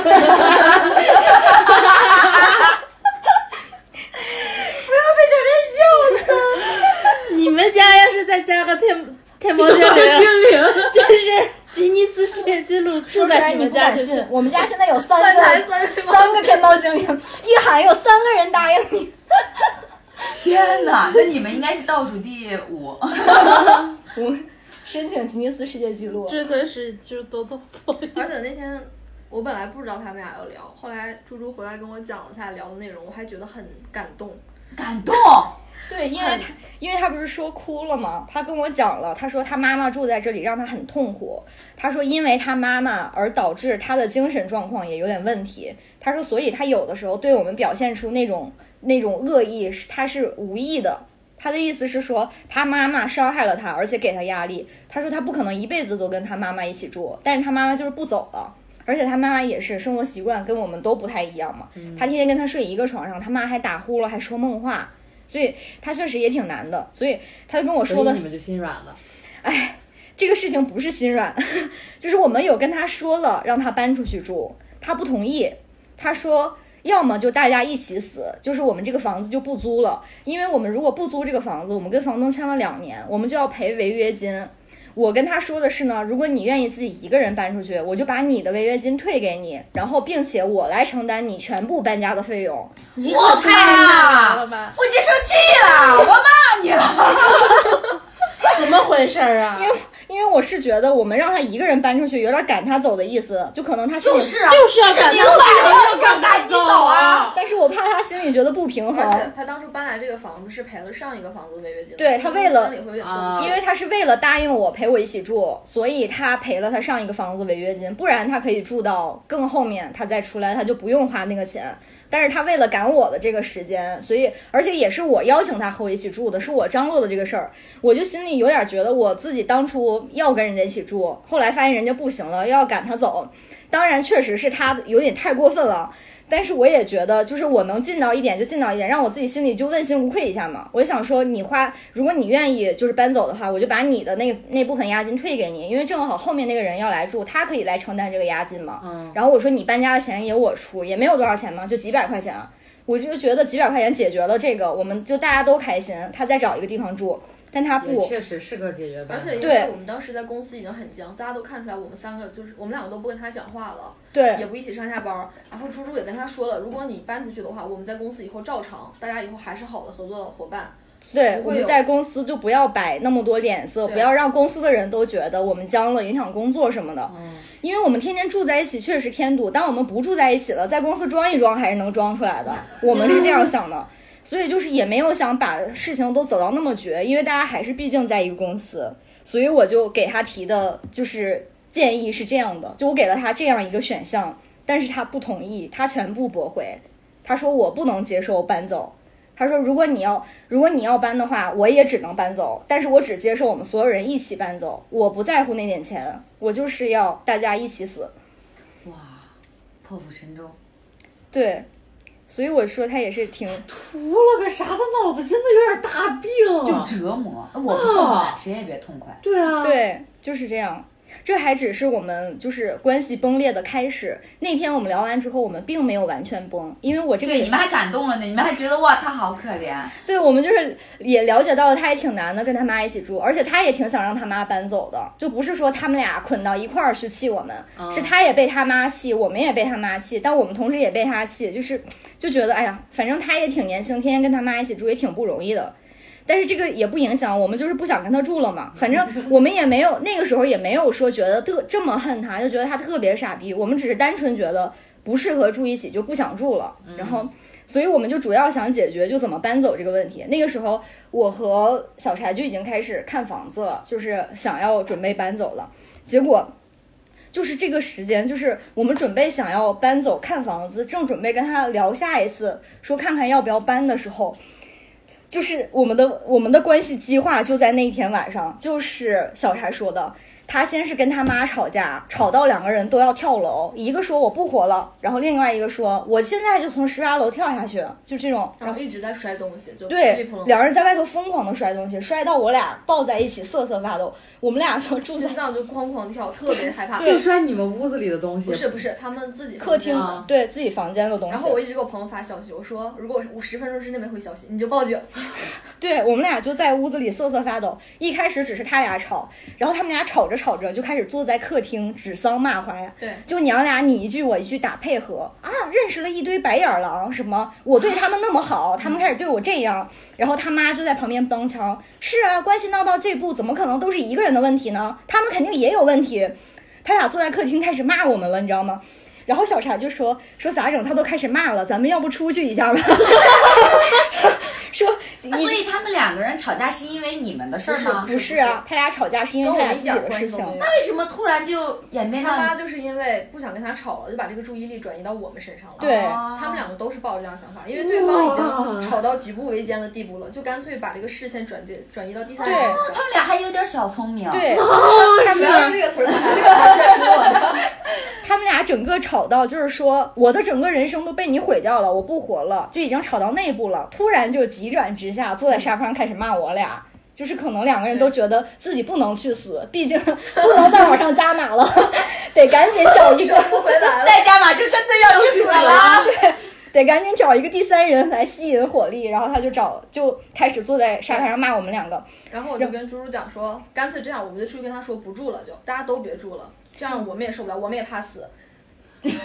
S3: 是再加个天天猫精灵，
S1: 灵，
S3: [laughs] 这是吉尼斯世界纪录，
S6: 说
S3: 住
S6: 出
S3: 在
S6: 来
S3: 你
S6: 你
S3: 们
S6: 不
S3: 家
S6: 敢
S3: 就
S6: 信
S3: 是，
S6: 我们家现在有三
S4: 三
S6: 个
S4: 台三台 [laughs]
S6: 三个天猫精灵，一喊有三个人答应你。
S2: 天哪，那你们应该是倒数第五。
S6: 我申请吉尼斯世界纪录，
S3: 真的是就都走错运。
S4: 而且那天我本来不知道他们俩要聊，后来猪猪回来跟我讲了他俩聊的内容，我还觉得很感动。
S2: 感动，
S6: 对，因为他因为他不是说哭了吗？他跟我讲了，他说他妈妈住在这里让他很痛苦。他说因为他妈妈而导致他的精神状况也有点问题。他说，所以他有的时候对我们表现出那种那种恶意，是他是无意的。他的意思是说，他妈妈伤害了他，而且给他压力。他说他不可能一辈子都跟他妈妈一起住，但是他妈妈就是不走了。而且他妈妈也是生活习惯跟我们都不太一样嘛，他天天跟他睡一个床上，他妈还打呼噜，还说梦话，所以他确实也挺难的。所以他就跟我说
S1: 所
S6: 的
S1: 以你，们就心软了。
S6: 这个事情不是心软， [laughs] 就是我们有跟他说了，让他搬出去住，他不同意。他说，要么就大家一起死，就是我们这个房子就不租了，因为我们如果不租这个房子，我们跟房东签了两年，我们就要赔违约金。我跟他说的是呢，如果你愿意自己一个人搬出去，我就把你的违约金退给你，然后并且我来承担你全部搬家的费用。
S2: 我
S3: [laughs] 太
S2: 太
S3: 了吧？
S2: 我已经生气了，我骂你了。
S3: 怎么回事儿啊？
S6: 因为我是觉得我们让他一个人搬出去，有点赶他走的意思，就可能他心里
S2: 啊，
S3: [laughs] 就是要赶
S2: 明
S3: 他
S2: 摆
S3: 走
S2: 了就是要赶你走啊！
S6: 但是我怕他心里觉得不平衡，
S4: 而且他当初搬来这个房子是赔了上一个房子的违约金的，
S6: 哦对他为了
S4: 心里会有点
S1: 啊
S4: 崩
S6: 因为他是为了答应我陪我一起住，所以他赔了他上一个房子违约金，不然他可以住到更后面，他再出来他就不用花那个钱。但是他为了赶我的这个时间，所以而且也是我邀请他和我一起住的，是我张罗的这个事儿，我就心里有点觉得我自己当初要跟人家一起住，后来发现人家不行了，又要赶他走。当然，确实是他有点太过分了，但是我也觉得，就是我能尽到一点就尽到一点，让我自己心里就问心无愧一下嘛。我就想说，你花，如果你愿意就是搬走的话，我就把你的那那部分押金退给你，因为正好后面那个人要来住，他可以来承担这个押金嘛。
S1: 嗯，
S6: 然后我说你搬家的钱也我出，也没有多少钱嘛，就几百块钱。我就觉得几百块钱解决了这个，我们就大家都开心。他再找一个地方住，但他不
S1: 也，确实是个解决办
S4: 而
S1: 法。
S4: 且因为
S6: 对
S4: 我们当时在公司已经很僵，大家都看出来我们三个就是我们两个都不跟他讲话了，
S6: 对
S4: 也不一起上下班儿。然后猪猪也跟他说了，如果你搬出去的话，我们在公司以后照常，大家以后还是好的合作伙伴。
S6: 对，
S4: 不
S6: 我
S4: 会有
S6: 们在公司就不要摆那么多脸色，
S4: 对
S6: 不要让公司的人都觉得我们僵了，影响工作什么的。
S4: 嗯
S6: 因为我们天天住在一起，确实添堵。当我们不住在一起了，在公司装一装还是能装
S4: [laughs]
S6: 出来的。我们是这样想的，所以就是也没有想把事情都走到那么绝，因为大家还是毕竟在一个公司，所以我就给他提的就是建议是这样的，就我给了他这样一个选项，但是他不同意，他全部驳回，他说我不能接受搬走。他说：“如果你要如果你要搬的话，我也只能搬走，但是我只接受我们所有人一起搬走，我不在乎那点钱，我就是要大家一起死。
S2: 哇，破釜沉舟。”
S6: 对，所以我说他也是挺
S2: 嗯
S1: 图了个啥？他脑子真的有点大病。
S2: 就折磨。呃我不痛快，谁也别痛快。
S1: 对啊，
S6: 对，就是这样。这还只是我们就是关系崩裂的开始。那天我们聊完之后，我们并没有完全崩，因为我这个
S2: 对，你们还感动了呢，你们还觉得哇，他好可怜。
S6: 对我们就是也了解到了，他也挺难的，跟他妈一起住，而且他也挺想让他妈搬走的，就不是说他们俩捆到一块儿去气我们，是他也被他妈气，我们也被他妈气，但我们同时也被他气，就是就觉得哎呀，反正他也挺年轻，天天跟他妈一起住也挺不容易的。但是这个也不影响我们，就是不想跟他住了嘛。反正我们也没有那个时候也没有说觉得特这么恨他，就觉得他特别傻逼。我们只是单纯觉得不适合住一起，就不想住了。然后所以我们就主要想解决就怎么搬走这个问题。那个时候，我和小柴就已经开始看房子了，就是想要准备搬走了。结果就是这个时间，就是我们准备想要搬走看房子，正准备跟他聊下一次，说看看要不要搬的时候。就是我们的我们的关系激化就在那一天晚上，就是小柴说的，他先是跟他妈吵架，吵到两个人都要跳楼，一个说我不活了，然后另外一个说我现在就从十八楼跳下去，就这种。
S4: 然后一直在摔东西，就噼里
S6: 对
S4: 啪啦，
S6: 两人在外头疯狂的摔东西，摔到我俩抱在一起瑟瑟发抖。我们俩都住在
S4: 心脏就哐哐跳，特别害怕。
S1: 就摔你们屋子里的东西，
S4: 不是不是，他们自己
S6: 客厅
S4: 房间
S1: 啊
S6: 对自己房间的东西。
S4: 然后我一直给我朋友发消息，我说如果我十分钟之内没回消息，你就报警。
S6: 对我们俩就在屋子里瑟瑟发抖。一开始只是他俩吵，然后他们俩吵着吵着就开始坐在客厅指桑骂槐呀。
S4: 对
S6: 就娘俩你一句我一句打配合啊，认识了一堆白眼狼什么，我对他们那么好，他们开始对我这样，然后他妈就在旁边帮腔，是啊，关系闹到这步，怎么可能都是一个人的问题呢？他们肯定也有问题。他俩坐在客厅开始骂我们了，你知道吗？然后小茶就说说咋整？他都开始骂了，咱们要不出去一下吧？ [laughs] 说你
S2: 啊所以他们两个人吵架是因为你们的事儿吗？
S6: 不是啊，他俩吵架是因为
S4: 跟
S6: 他
S4: 我
S6: 俩
S4: 们
S6: 自
S4: 一
S6: 己
S4: 点
S6: 的
S4: 关
S6: 事
S4: 系都
S6: 情。
S4: 没有
S2: 那。为什么突然就演变
S4: 他妈
S2: 到
S4: 就是因为不想跟他吵了，就把这个注意力转移到我们身上了。
S6: 对
S2: 哦
S4: 他们两个都是抱着这样的想法，因为对方已经吵到举步维艰的地步了，就干脆把这个视线转接转移到第三人身
S6: 对
S2: 他
S4: 上。
S2: 们俩还有点小聪明？，
S6: [laughs] 对，他们
S4: 然后
S6: 俩
S4: 这个词儿，这个词儿是我的。
S6: 他们俩整个吵到，就是说我的整个人生都被你毁掉了，我不活了，就已经吵到内部了。突然就急转直下，坐在沙发上开始骂我俩，就是可能两个人都觉得自己不能去死，毕竟不能再往上加码了， [laughs] 得赶紧找一
S4: [laughs]
S6: 个，
S2: 再加码就真的要去死了。
S6: [laughs] 得赶紧找一个第三人来吸引火力。然后他就找，就开始坐在沙发上骂我们两个。
S4: 然后我就跟猪猪讲说，干脆这样，我们就出去跟他说不住了就，大家都别住了，这样我们也受不了，我们也怕死。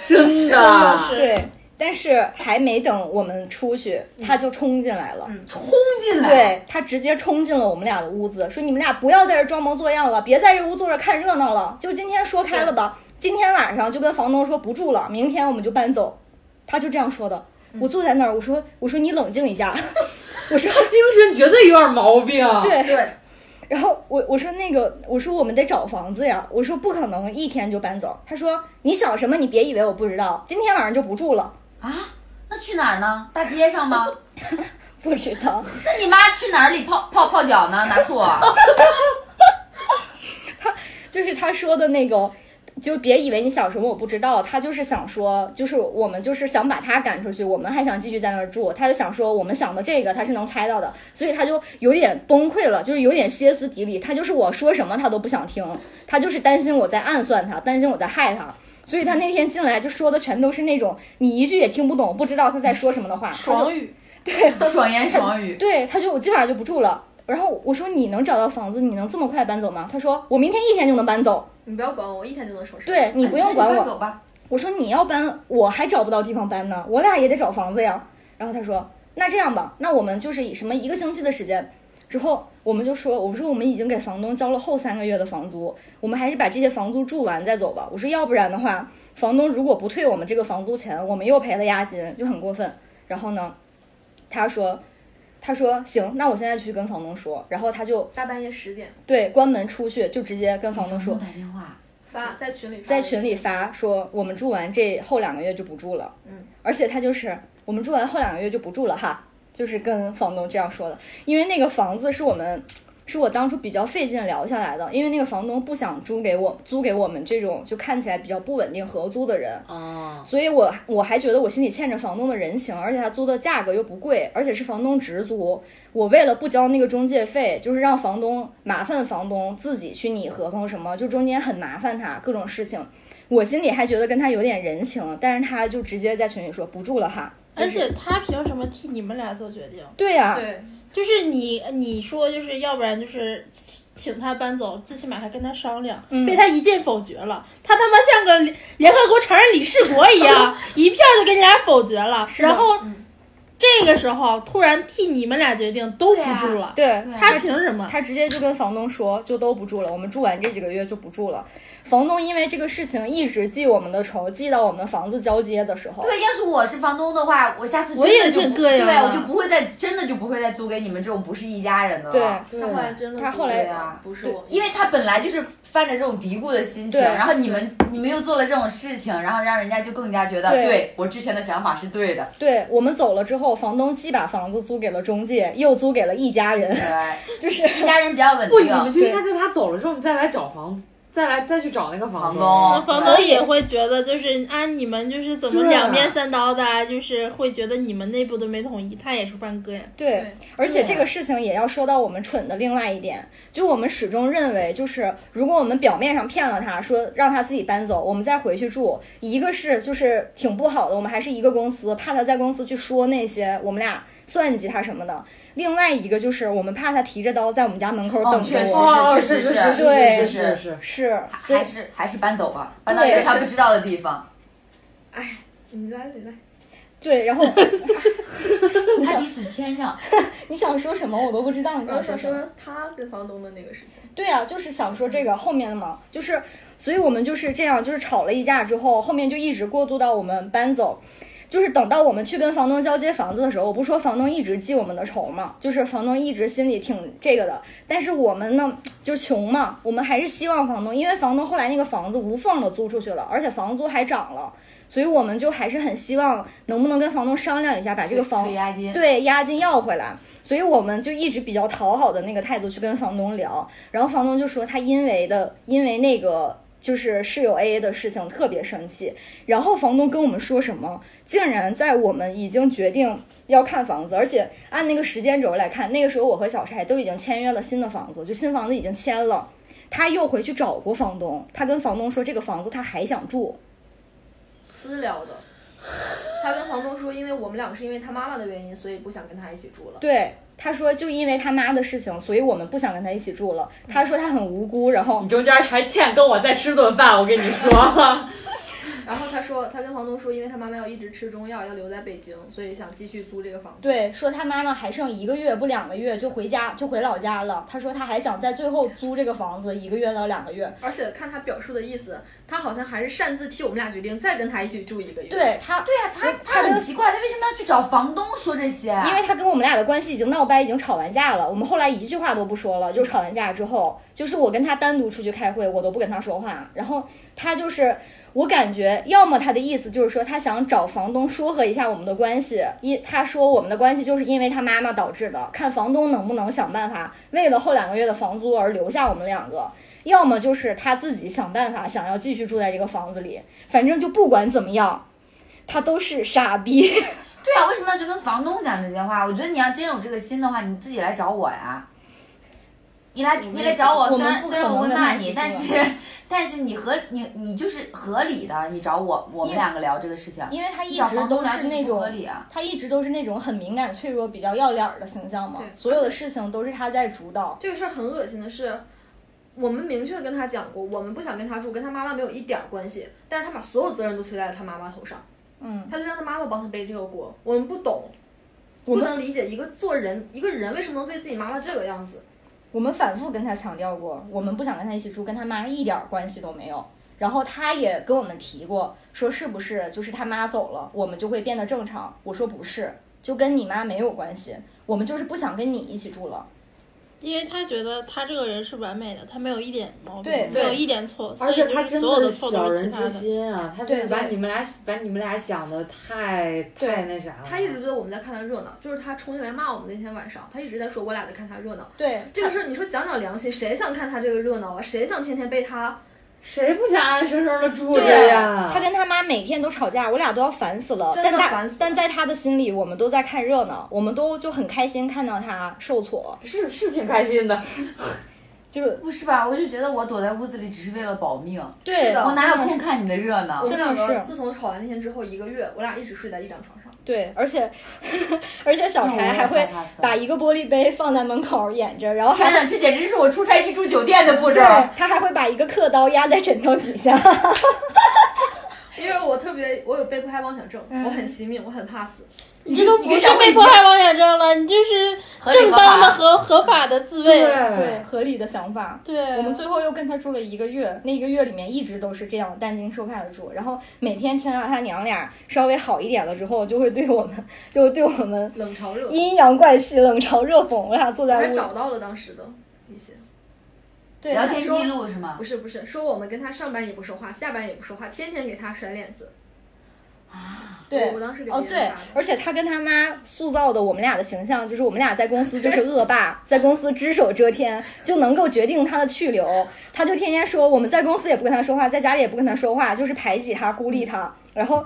S1: 真的
S3: 真的是
S6: 对，但是还没等我们出去，他就冲进来了。
S2: 冲进来，，
S6: 对他直接冲进了我们俩的屋子，说：“你们俩不要在这装模作样了，别在这屋坐着看热闹了，就今天说开了吧。今天晚上就跟房东说不住了，明天我们就搬走。”他就这样说的。我坐在那儿，我说：“我说你冷静一下。” [laughs] 我说
S1: 精神绝对有点毛病。：“
S6: 对。
S4: 对，”
S6: 然后我我说那个我说我们得找房子呀，我说不可能一天就搬走。他说：“你想什么？你别以为我不知道，今天晚上就不住了。”
S2: 啊那去哪儿呢？大街上吗？
S6: 不知道，
S2: 那你妈去哪儿里泡泡泡脚呢？拿醋
S6: [laughs]
S2: 啊？
S6: 就是他说的那个，就别以为你小什么我不知道，他就是想说，就是我们就是想把他赶出去，我们还想继续在那儿住，他就想说我们想的这个他是能猜到的，所以他就有点崩溃了，就是有点歇斯底里，他就是我说什么他都不想听，他就是担心我在暗算他，担心我在害他。所以他那天进来就说的全都是那种你一句也听不懂，不知道他在说什么的话，他就
S3: 爽语，
S2: 爽言爽语，
S6: 对，他就我今晚就不住了。然后我说你能找到房子，你能这么快搬走吗？他说我明天一天就能搬走。
S4: 你不要管我，我一天就能收拾。
S6: 对你不用管
S2: 那你快
S6: 我。
S2: 走吧。
S6: 我说你要搬，我还找不到地方搬呢，我俩也得找房子呀。然后他说，那这样吧，那我们就是以什么一个星期的时间。之后我们就说，我说我们已经给房东交了后三个月的房租，我们还是把这些房租住完再走吧。我说要不然的话，房东如果不退我们这个房租钱，我们又赔了押金，就很过分。然后呢，他说，他说行，那我现在去跟房东说。然后他就
S4: 大半夜十点
S6: 对关门出去，就直接跟房东说
S2: 打电话，
S4: 发在群里发，
S6: 在群里发说我们住完这后两个月就不住了，
S4: 嗯，
S6: 而且他就是我们住完后两个月就不住了哈，就是跟房东这样说的，因为那个房子是我们。是我当初比较费劲聊下来的，因为那个房东不想租给我租给我们这种就看起来比较不稳定合租的人，
S1: 啊，
S6: 所以我我还觉得我心里欠着房东的人情，而且他租的价格又不贵，而且是房东直租。我为了不交那个中介费，就是让房东麻烦房东自己去拟合同什么，就中间很麻烦他各种事情。我心里还觉得跟他有点人情，但是他就直接在群里说不住了哈。
S3: 而且他凭什么替你们俩做决定？
S6: 对呀、
S4: 对，
S3: 就是你你说就是要不然就是请请他搬走，最起码还跟他商量，
S6: 嗯
S3: 被他一键否决了。他他妈像个联联合国常任理事国一
S6: 嗯
S3: 样，一票就给你俩否决了。然后、这个时候突然替你们俩决定都不住了，
S6: 对啊
S3: 他凭什么？
S6: 他直接就跟房东说，就都不住了，我们住完这几个月就不住了。房东因为这个事情一直记我们的仇，记到我们房子交接的时候。
S2: 对，要是我是房东的话，我下次
S3: 我也
S2: 真的
S3: 是
S2: 就不
S3: 这样
S2: 对，
S3: 啊
S2: 我就不会再真的就不会再租给你们这种不是一家人的
S6: 对
S2: 了。
S4: 他后来真的
S6: 他
S4: 是
S6: 后来
S4: 这样
S2: 啊
S4: 不是我，
S2: 因为他本来就是犯着这种嘀咕的心情，
S6: 对
S2: 然后你们你们又做了这种事情，然后让人家就更加觉得，
S6: 对
S2: 对我之前的想法是对的。
S6: 对我们走了之后，房东既把房子租给了中介，又租给了一家人，
S2: 对，
S6: 就是
S2: 一家人比较稳
S1: 不，你
S2: 定。
S1: 们就应该在他走了之后，你再来找房再来再去找那个房
S2: 房
S1: 东。
S2: 东
S3: 那 [laughs] 房
S2: 所
S3: 东
S2: 以
S3: 也会觉得就是啊，你们就是怎么
S1: 对
S3: 两面三刀的啊，就是会觉得你们内部都没统一，他也是犯哥呀。
S6: 对，而且这个事情也要说到我们蠢的另外一点，就我们始终认为，就是如果我们表面上骗了他，说让他自己搬走，我们再回去住，一个是就是挺不好的，我们还是一个公司，怕他在公司去说那些我们俩算计他什么的；另外一个就是我们怕他提着刀在我们家门口
S2: 哦
S6: 等
S2: 确
S6: 着
S2: 实
S6: 我。
S1: 哦，是
S2: 是是
S1: 是
S2: 是
S1: 是
S6: 对
S1: 是是是，
S6: 是，所
S2: 啊
S6: 以
S2: 还是还是搬走吧，搬到一
S6: 对
S2: 个他
S6: 是
S2: 不知道的地方。
S5: 你来，你来。
S6: 对，然后
S2: 他彼此谦让，哎
S6: 你想说什么我都不知道你
S4: 我
S6: 想
S4: 想
S6: 说什么。
S4: 说他跟房东的那个事情，
S6: 对啊，就是想说这个后面的嘛，就是，所以我们就是这样，就是吵了一架之后，后面就一直过渡到我们搬走，就是等到我们去跟房东交接房子的时候，我不说房东一直记我们的仇嘛，就是房东一直心里挺这个的，但是我们呢，就是穷嘛，我们还是希望房东，因为房东后来那个房子无缝的租出去了，而且房租还涨了，所以我们就还是很希望能不能跟房东商量一下，把这个房
S2: 退押金，
S6: 对，押金要回来。所以我们就一直比较讨好的那个态度去跟房东聊，然后房东就说他因为的因为那个就是室友 A 的事情特别生气，然后房东跟我们说什么，竟然在我们已经决定要看房子，而且按那个时间轴来看，那个时候我和小柴都已经签约了新的房子，就新房子已经签了，他又回去找过房东，他跟房东说这个房子他还想住，
S4: 私聊的。他跟房东说，因为我们两个是因为他妈妈的原因，所以不想跟他一起住了。
S6: 对。他说，就因为他妈的事情，所以我们不想跟他一起住了。他说他很无辜，然后
S1: 你中间还欠跟我再吃顿饭，我跟你说，
S4: 然后他说，他跟房东说，因为他妈妈要一直吃中药，要留在北京，所以想继续租这个房子。
S6: 对，说他妈妈还剩一个月不两个月就回家就回老家了。他说他还想在最后租这个房子一个月到两个月。
S4: 而且看他表述的意思，他好像还是擅自替我们俩决定再跟他一起住一个月。，
S6: 对他，对
S2: 对呀、他他很奇怪，他为什么要去找房东说这些？啊
S6: 因为他跟我们俩的关系已经闹掰，已经吵完架了。我们后来一句话都不说了，就是吵完架之后，就是我跟他单独出去开会，我都不跟他说话。然后他就是，我感觉要么他的意思就是说他想找房东说和一下我们的关系，因他说我们的关系就是因为他妈妈导致的，看房东能不能想办法为了后两个月的房租而留下我们两个。要么就是他自己想办法想要继续住在这个房子里，反正就不管怎么样，他都是傻逼。 [laughs]
S2: 对啊呀、为什么要去跟房东讲这些话？我觉得你要真有这个心的话，你自己来找我呀。你来，你来找我，
S6: 我
S2: 虽
S6: 们
S2: 然
S6: 不
S2: 虽然
S6: 可
S2: 我会
S6: 能
S2: 骂
S6: 跟他一
S2: 你，
S6: 起
S2: 但是
S6: 住
S2: [laughs] 但是你合你你就是合理的，你找我，我们
S6: 因
S2: 两个聊这个事情。
S6: 因为他一
S2: 找
S6: 直
S2: 房
S6: 都
S2: 东聊
S6: 是
S2: 这
S6: 那
S2: 不
S6: 种
S2: 合，理啊。
S6: 他一直都是那种很敏感、脆弱、比较要脸儿的形象嘛
S4: 对，
S6: 所有的事情都是他在主导。
S4: 这个事儿很恶心的是，我们明确的跟他讲过，我们不想跟他住，跟他妈妈没有一点儿关系，但是他把所有责任都推在了他妈妈头上，
S6: 嗯，
S4: 他就让他妈妈帮他背这个锅，我们不懂。
S6: 我
S4: 不
S6: 们
S4: 能理解一个做人，一个人为什么能对自己妈妈这个样子？
S6: 我们反复跟他强调过，我们不想跟他一起住，跟他妈一点儿关系都没有。然后他也跟我们提过，说是不是就是他妈走了，我们就会变得正常？我说不是，就跟你妈没有关系，我们就是不想跟你一起住了。
S3: 因为他觉得他这个人是完美的，他没有一点毛病，
S6: 对
S3: 没有一点错，
S1: [laughs] 而且
S3: 所以
S1: 他
S3: 就是
S1: 真
S3: 所有
S1: 的
S3: 的错
S1: 小
S3: 都是其
S1: 人
S3: 他
S1: 之
S3: 的。
S1: 心啊！他真的
S6: 对
S1: 把
S6: 对
S1: 你们俩把你们俩想的太太那
S6: 啊
S1: 啥了。
S4: 他一直觉得我们在看他热闹，就是他冲进来骂我们那天晚上，他一直在说我俩在看他热闹。
S6: 对，
S4: 这个事儿，你说讲讲良心，谁想看他这个热闹啊？谁想天天被他
S1: 谁不想安安生生的住着
S4: 对
S1: 呀？
S6: 啊他跟他妈每天都吵架，我俩都要烦死了。
S4: 真的
S6: 但他
S4: 烦死了
S6: 但在他的心里，我们都在看热闹，我们都就很开心看到他受挫，
S1: 是是挺开心的，
S6: 就是
S2: 不是吧？我就觉得我躲在屋子里只是为了保命，
S6: 对
S4: 是的
S2: 我哪有空看你的热闹
S4: 我？们两
S6: 真的
S4: 个
S6: 是
S4: 自从吵完那天之后一个月，我俩一直睡在一张床上。
S6: 对，而且而且小柴还会把一个玻璃杯放在门口掩着，然后
S2: 天
S6: 还
S2: 哪，这简直是我出差去住酒店的步骤
S6: 对。他还会把一个刻刀压在枕头底下。
S4: 因为我特别，我有被迫害妄想症，
S6: 嗯
S4: 我很惜命，我很怕死。
S3: 你这都
S2: 你
S3: 不
S2: 跟
S3: 是
S2: 小慧
S3: 被
S2: 一
S3: 迫
S2: 样
S3: 害妄想症了，你就是
S2: 合理
S3: 正
S2: 合
S3: 当的
S2: 法
S3: 合合法的自卫。
S6: 对，合理的想法。
S3: 对，
S6: 我们最后又跟他住了一个月，那一个月里面一直都是这样担惊受怕的住，然后每天听到他娘俩稍微好一点了之后，就会对我们，就对我们
S4: 冷嘲热讽，
S6: 阴阳怪气、冷嘲热讽，我俩坐在
S4: 还
S6: 屋，
S4: 找到了当时的一些，
S6: 对，
S2: 聊天记录是吗
S4: 不？是不是，说我们跟他上班也不说话，下班也不说话，天天给他甩脸子。
S6: 对
S4: 我，当时给别
S6: 哦
S4: 人
S6: 对
S4: 发的，
S6: 而且他跟他妈塑造的我们俩的形象，就是我们俩在公司就是恶霸，在公司只手遮天，就能够决定他的去留。他就天天说我们在公司也不跟他说话，在家里也不跟他说话，就是排挤他、孤立他，然后。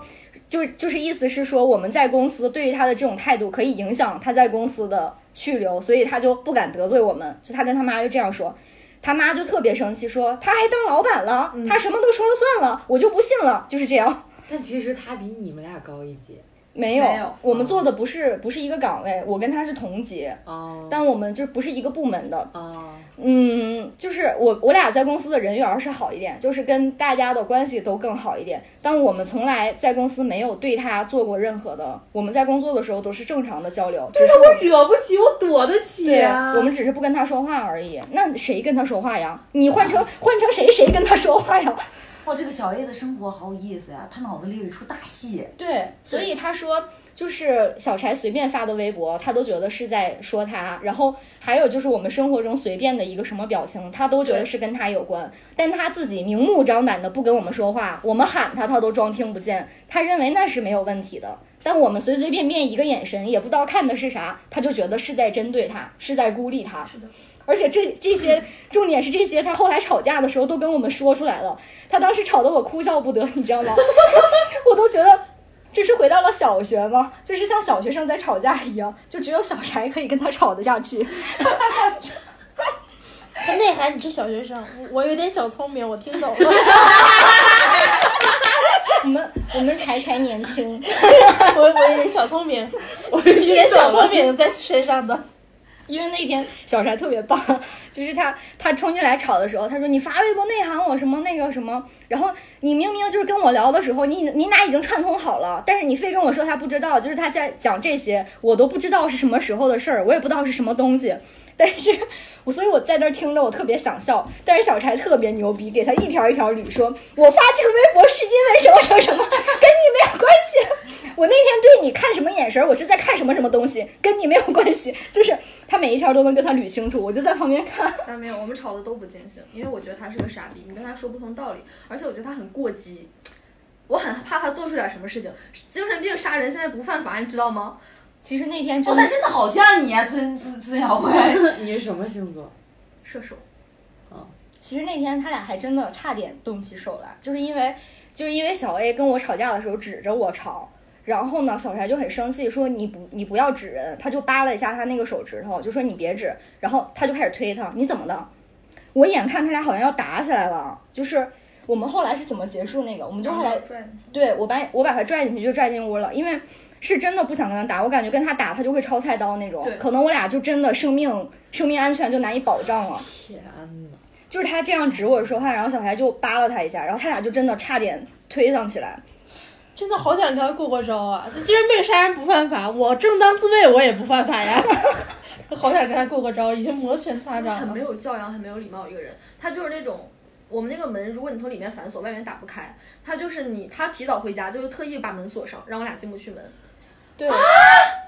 S6: 就就是意思是说，我们在公司对于他的这种态度可以影响他在公司的去留，所以他就不敢得罪我们。就他跟他妈就这样说，他妈就特别生气，说他还当老板了，
S4: 嗯
S6: 他什么都说了算了，我就不信了，就是这样。
S1: [laughs] 但其实他比你们俩高一级
S6: 没有，
S4: 没有
S6: 我们做的不是不是一个岗位，我跟他是同级，
S1: 哦
S6: 但我们就不是一个部门的。
S1: 哦，
S6: 嗯，就是我我俩在公司的人缘儿是好一点，就是跟大家的关系都更好一点。但我们从来在公司没有对他做过任何的，我们在工作的时候都是正常的交流，只是我们
S1: 惹不起，我躲得起
S6: 对，
S1: 啊。
S6: 我们只是不跟他说话而已。那谁跟他说话呀？你换成换成谁谁跟他说话呀？
S2: 哇，这个小 A 的生活好有意思呀，他脑子里有一出大戏。
S6: 对，所以他说就是小柴随便发的微博，他都觉得是在说他。然后还有就是我们生活中随便的一个什么表情，他都觉得是跟他有关。但他自己明目张胆的不跟我们说话，我们喊他他都装听不见，他认为那是没有问题的。但我们随随便便一个眼神，也不知道看的是啥，他就觉得是在针对他，是在孤立他。是的。而且这这 [laughs] 些，重点是这些，他后来吵架的时候都跟我们说出来了。他当时吵得我哭笑不得，你知道吗？ [laughs] 我都觉得这是回到了小学吗？就是像小学生在吵架一样，就只有小柴可以跟他吵得下去。
S3: 很内涵，你是小学生，我我有点小聪明，我听懂了。
S6: 我们我们柴柴年轻，
S3: 我我有点小聪明，我有点小聪明在身上的。
S6: 因为那天小柴特别棒， [laughs] 就是他他冲进来吵的时候，他说你发微博内涵我什么那个什么，然后你明明就是跟我聊的时候，你你俩已经串通好了，但是你非跟我说他不知道，就是他在讲这些，我都不知道是什么时候的事儿，我也不知道是什么东西， [laughs] 但是我所以我在那儿听着我特别想笑，但是小柴特别牛逼，给他一条一条捋说，我发这个微博是因为什么什么什么，跟你没有关系。我那天对你看什么眼神儿，我是在看什么什么东西，跟你没有关系。就是他每一条都能跟他捋清楚，我就在旁边看。
S4: 但没有，我们吵的都不尽兴，因为我觉得他是个傻逼，你跟他说不同道理，而且我觉得他很过激，我很怕他做出点什么事情。精神病杀人现在不犯法，你知道吗？
S6: 其实那天
S2: 哇、
S6: 真的
S2: 他真的好像你啊，孙孙孙小慧。
S1: [laughs] 你是什么星座？
S4: 射手，
S6: 其实那天他俩还真的差点动起手来，就是因为就是因为小 A 跟我吵架的时候指着我吵，然后呢小柴就很生气说你不你不要指人，他就扒了一下他那个手指头，就说你别指，然后他就开始推他，你怎么的？我眼看他俩好像要打起来了，就是我们后来是怎么结束那个？我们就后来
S4: 拽你
S6: 对我把我把他拽进去就拽进屋了，因为是真的不想跟他打，我感觉跟他打他就会抄菜刀那种
S4: 对，
S6: 可能我俩就真的生命生命安全就难以保障了。
S1: 天哪！
S6: 就是他这样指我说话，然后小孩就扒拉他一下，然后他俩就真的差点推搡起来。
S3: 真的好想跟他过过招啊！这精神病杀人不犯法，我正当自卫我也不犯法呀。 [laughs] 好想跟他过过招，已经摩拳擦掌
S4: 很没
S3: 了。
S4: 有教养、很没有礼貌一个人。他就是那种，我们那个门，如果你从里面反锁，外面打不开。他就是你，他提早回家，就是特意把门锁上，让我俩进不去门。啊
S6: 对、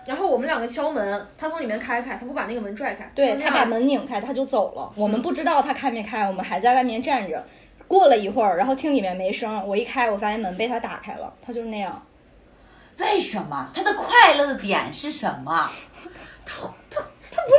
S4: 然后我们两个敲门，他从里面开开，他不把那个门拽开，
S6: 对，
S4: 就那
S6: 他
S4: 样嗯
S6: 把门拧开，他就走了。我们不知道他开没开，我们还在外面站着。过了一会儿，然后听里面没声，我一开，我发现门被他打开了，他就是那样。
S2: [laughs] 为什么他的快乐的点是什么？他他他不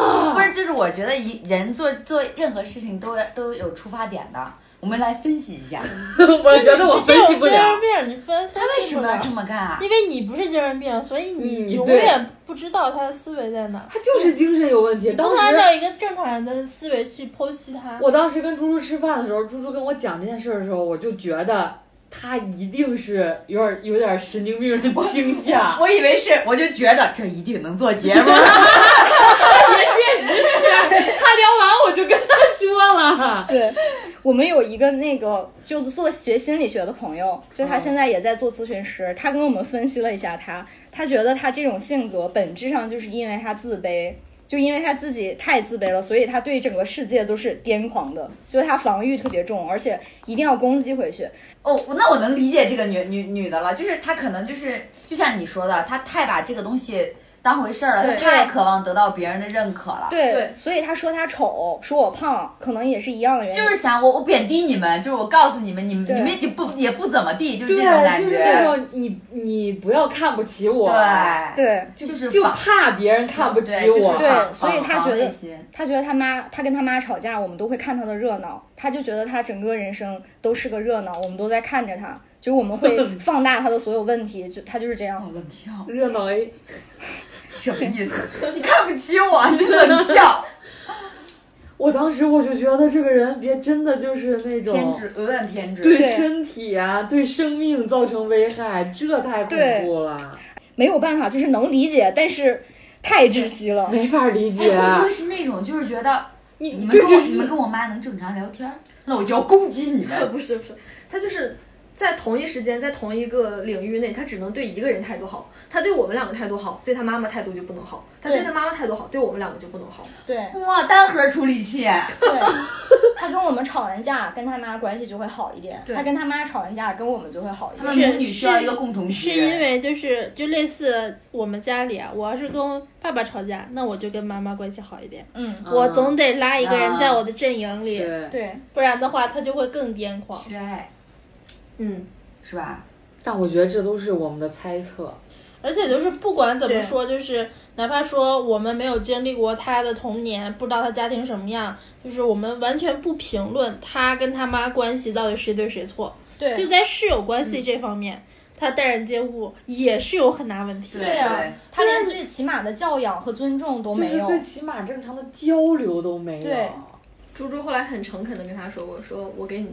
S2: 累吗？不是，就是我觉得一人做做任何事情都都有出发点的。我们来分析 [laughs] 一
S1: [laughs]
S2: 下，
S1: 我觉得我
S3: 这
S1: 分析
S3: 种精
S1: 不了。
S3: 神病，你分他
S2: 他为什么要这？么干啊？
S3: 因为你不是精神病，所以
S1: 嗯
S3: 你永
S1: 对
S3: 远不知道他的思维在哪儿。
S1: 他就是精神有问题。当
S3: 不能按
S1: 时
S3: 照一个正常人的思维去剖析他。
S1: 我当时跟猪猪吃饭的时候，猪猪跟我讲这件事儿的时候，我就觉得他一定是有点有点神经病的倾向。
S2: 我以为是，我就觉得这一定能做节 [laughs] 目。
S1: 确实是， [laughs] 他聊完我就跟他说了。
S6: 对，我们有一个那个就是做学心理学的朋友，就是
S2: 嗯
S6: 他现在也在做咨询师，他跟我们分析了一下他，他觉得他这种性格本质上就是因为他自卑。就因为他自己太自卑了，所以他对整个世界都是癫狂的，就是他防御特别重，而且一定要攻击回去。
S2: 哦，那我能理解这个女女女的了，就是她可能就是就像你说的，她太把这个东西当回事儿了，
S4: 对
S2: 他太渴望得到别人的认可了。
S6: 对，
S4: 对
S6: 所以他说他丑，说我胖，可能也是一样的原因。
S2: 就是想我，我贬低你们，就是我告诉你们，你们
S6: 对
S2: 你们也不也不怎么地， [laughs] 就是
S1: 对，
S2: 这种感
S1: 就是那
S2: 觉。
S1: 种你你不要看不起我，
S2: 对，
S6: 对
S1: 就
S2: 就是
S1: 就
S2: 仿
S1: 怕别人看不起
S2: 对就是
S1: 我，
S6: 对
S2: 仿
S6: 所以
S2: 仿
S6: 他觉得
S2: 内心
S6: 他觉得他妈，他跟他妈吵架，我们都会看他的热闹，他就觉得他整个人生都是个热闹，我们都在看着他，就是我们会放大他的所有问题， [laughs] 就他就是这样。
S2: 冷笑
S1: 热闹哎 A。
S2: 什么意思？你看不起我，你冷笑，
S1: [laughs] 我当时我就觉得这个人别真的就是那种
S2: 偏执，有点偏执。
S1: 对
S6: 对
S1: 身体啊、对生命造成危害，这太恐怖了，
S6: 没有办法，就是能理解，但是太窒息了。
S1: 没法理解。
S2: 哎，会不会是那种就是觉得
S1: 你
S2: 你们
S1: 这
S2: 跟我
S1: 就
S2: 你们
S1: 是
S2: 跟我妈能正常聊天儿，那我就要攻击你们。
S4: 呃不是不是，他就是在同一时间，在同一个领域内，他只能对一个人态度好。他对我们两个态度好，对他妈妈态度就不能好；他对
S8: 对
S4: 他妈妈态度好，对我们两个就不能好。
S8: [laughs] 对
S2: 哇，单核处理器，
S8: 对，他跟我们吵完架，跟他妈关系就会好一点；
S4: 对
S8: 他跟他妈吵完架，跟我们就会好一
S2: 他
S8: 点。
S2: 们
S3: 是
S2: 母女需要一个共同
S3: 是
S2: 值。
S3: 因为就是就类似我们家里啊，我要是跟爸爸吵架，那我就跟妈妈关系好一点，
S8: 嗯，
S1: 啊
S3: 我总得拉一个人
S2: 啊
S3: 在我的阵营里，
S1: 对，
S8: 对，
S3: 不然的话他就会更癫狂。
S2: 缺爱
S4: 嗯，
S2: 是吧？
S1: 但我觉得这都是我们的猜测。
S3: 而且就是不管怎么
S8: 对
S3: 说，就是哪怕说我们没有经历过他的童年，不知道他家庭什么样，就是我们完全不评论他跟他妈关系到底谁对谁错。
S8: 对
S3: 就在室友关系这方面，他待人接物也是有很大问题的。
S2: 对
S8: 啊他连最起码的教养和尊重都
S1: 就
S8: 没
S1: 是
S8: 有。
S1: 最起码正常的交流都没有。
S8: 对
S4: 猪猪后来很诚恳的跟他说过，说我给你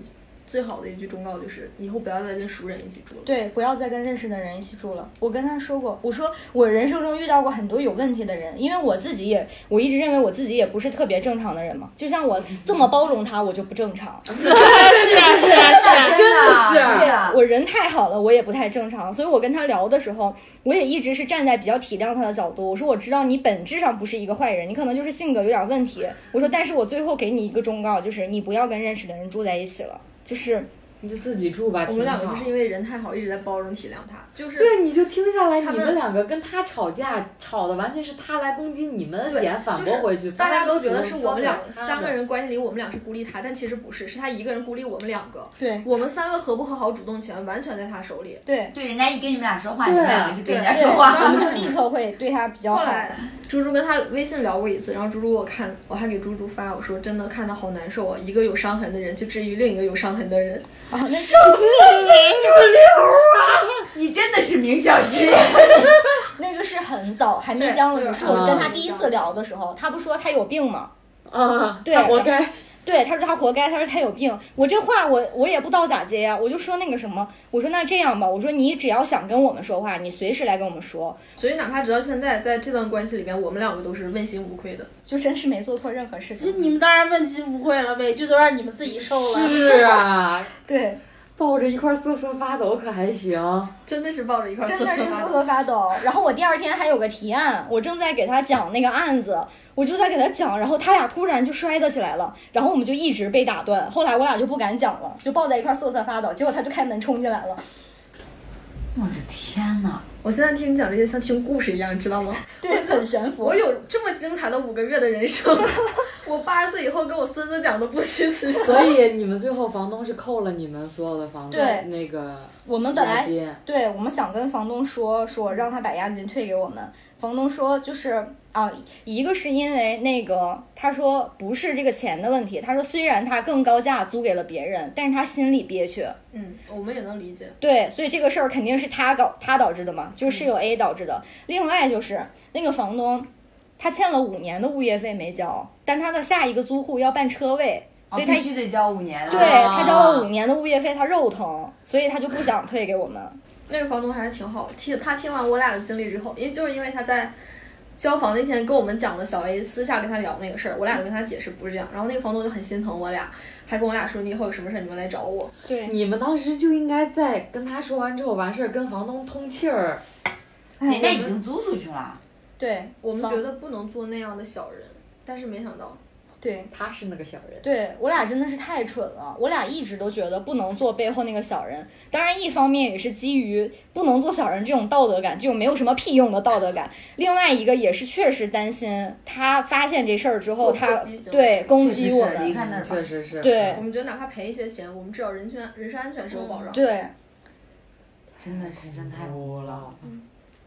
S4: 最好的一句忠告就是，以后不要再跟熟人一起住了。
S8: 对，不要再跟认识的人一起住了。我跟他说过，我说我人生中遇到过很多有问题的人，因为我自己也，我一直认为我自己也不是特别正常的人嘛。就像我这么包容他，我就不正常。
S2: [laughs]
S3: 是啊，是啊，是啊。
S1: 真的是
S2: 对啊，
S6: 我人太好了，我也不太正常，所以我跟他聊的时候，我也一直是站在比较体谅他的角度。我说我知道你本质上不是一个坏人，你可能就是性格有点问题。我说，但是我最后给你一个忠告，就是你不要跟认识的人住在一起了。就是
S1: 你就自己住吧。
S4: 我们
S1: 挺
S4: 两个
S1: 好
S4: 就是因为人太好，一直在包容体谅他，就是
S1: 对，你就听下来，
S4: 他
S1: 你
S4: 们
S1: 们两个跟他吵架，吵的完全是他来攻击你们，
S4: 对
S1: 点反
S4: 就
S1: 驳
S4: 是
S1: 回去。
S4: 大家都
S1: 从
S4: 觉
S1: 来
S4: 得
S1: 不
S4: 是
S1: 能
S4: 我们两
S1: 挑选他
S4: 三个
S1: 的。
S4: 人关系里，我们俩是孤立他，但其实不是，是他一个人孤立我们两个。
S8: 对
S4: 我们三个合不和好，主动权完全在他手里。
S8: 对，
S2: 对，人家一跟你们俩说话，你们两个就跟人家
S8: 对，
S2: 说
S8: 我
S2: 话
S8: 们。就立刻会对他比较
S4: 后
S8: 好。
S4: 来猪猪跟他微信聊过一次，然后猪猪给我看，我还给猪猪发，我说真的看他好难受啊，一个有伤痕的人去治愈另一个有伤痕的人，
S8: 啊，那是
S1: 哎
S2: 你真的是明小溪，
S8: 那个是很早还没
S4: 对
S8: 僵的时
S4: 就
S8: 候，
S4: 是
S8: 是我跟他
S4: 嗯
S8: 第一次聊的时候，他不说他有病吗？
S1: 啊，
S6: 对
S1: 他活该。
S4: [laughs]
S6: 对，他说他活该，他说他有病。我这话我我也不知道咋接
S8: 啊
S6: 呀、我就说那个什么，我说那这样吧，我说你只要想跟我们说话，你随时来跟我们说，
S4: 所以哪怕直到现在，在这段关系里边，我们两个都是问心无愧的。
S8: 就真是没做错任何事
S3: 就
S8: 情。
S3: 你们当然问心无愧了，委屈都让你们自己受了。
S1: 是啊，
S8: 对，
S1: 抱着一块瑟瑟发抖可还行。
S4: 真的是抱着一块
S8: 真
S4: 瑟
S8: 的 [laughs]
S4: 瑟
S8: 是
S4: 发
S8: 瑟
S4: 抖。
S8: 瑟发抖。然后我第二天还有个提案，我正在给他讲那个案子，我就在给他讲，然后他俩突然就摔得起来了，然后我们就一直被打断。后来我俩就不敢讲了，就抱在一块儿瑟瑟发抖。结果他就开门冲进来了，
S2: [laughs] 我的天哪！
S4: 我现在听你讲这些像听故事一样，你知道吗？
S8: 对，很悬浮
S4: 我。有这么精彩的五个月的人 [laughs] 生，我八十岁以后跟我孙子讲都不虚此行。
S1: 所以你们最后房东是扣了你们所有的房租
S8: 对
S1: 那个
S8: 我们本
S1: 押
S8: 来
S1: 金。
S8: 对我们想跟房东说说，让他把押金退给我们。房东说就是啊，一个是因为那个他说不是这个钱的问题，他说虽然他更高价租给了别人，但是他心里憋屈。
S4: 嗯，我们也能理解。
S8: 对，所以这个事儿肯定是他搞他导致的嘛，就是
S2: 嗯
S8: 室友 A 导致的。另外就是那个房东，他欠了五年的物业费没交，但他的下一个租户要办车位，所以他、
S2: 哦必须得交五年啊。
S8: 对他交了五年的物业费，他肉疼，所以他就不想退给我们。
S4: 那个房东还是挺好，听他听完我俩的经历之后，因为就是因为他在交房那天跟我们讲了小 A 私下跟他聊那个事儿，我俩就跟他解释不是这样，然后那个房东就很心疼我俩，还跟我俩说你以后有什么事儿你们来找我。
S8: 对，
S1: 你们当时就应该在跟他说完之后完事儿，跟房东通气儿。
S2: 人家已经租出去了。
S8: 对
S4: 我们
S8: 房
S4: 觉得不能做那样的小人，但是没想到
S6: 对
S1: 他是那个小人，
S6: 对我俩真的是太蠢了，我俩一直都觉得不能做背后那个小人。当然，一方面也是基于不能做小人这种道德感，这种没有什么屁用的道德感；另外一个也是确实担心他发现这事儿之后，他对攻击我
S1: 确实是
S6: 们，
S2: 看那儿吧
S1: 确实是，
S6: 对
S4: 我们觉得哪怕赔一些钱，我们至少人权人身安全是有保障。
S6: 嗯对，
S2: 真的是真太
S1: 哭了。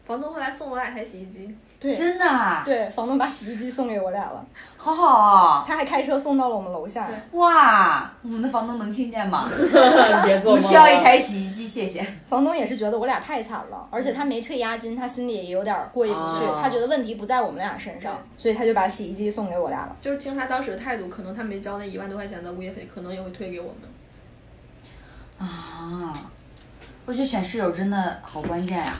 S4: 房东后来送我俩台洗衣机，
S2: 真的啊，
S6: 对，房东把洗衣机送给我俩了，
S2: 好好啊！
S6: 他还开车送到了我们楼下。
S2: 哇，我们的房东能听见吗？
S1: [laughs] 别
S2: 我
S1: 做梦了。
S2: 们需要一台洗衣机，谢谢。
S6: 房东也是觉得我俩太惨了，
S4: 嗯
S6: 而且他没退押金，他心里也有点儿过意不去，
S4: 哦
S1: 啊
S6: 他觉得问题不在我们俩身上，所以他就把洗衣机送给我俩了。
S4: 就是听他当时的态度，可能他没交那一万多块钱的物业费，可能也会退给我们。
S2: 啊，我觉得选室友真的好关键啊呀、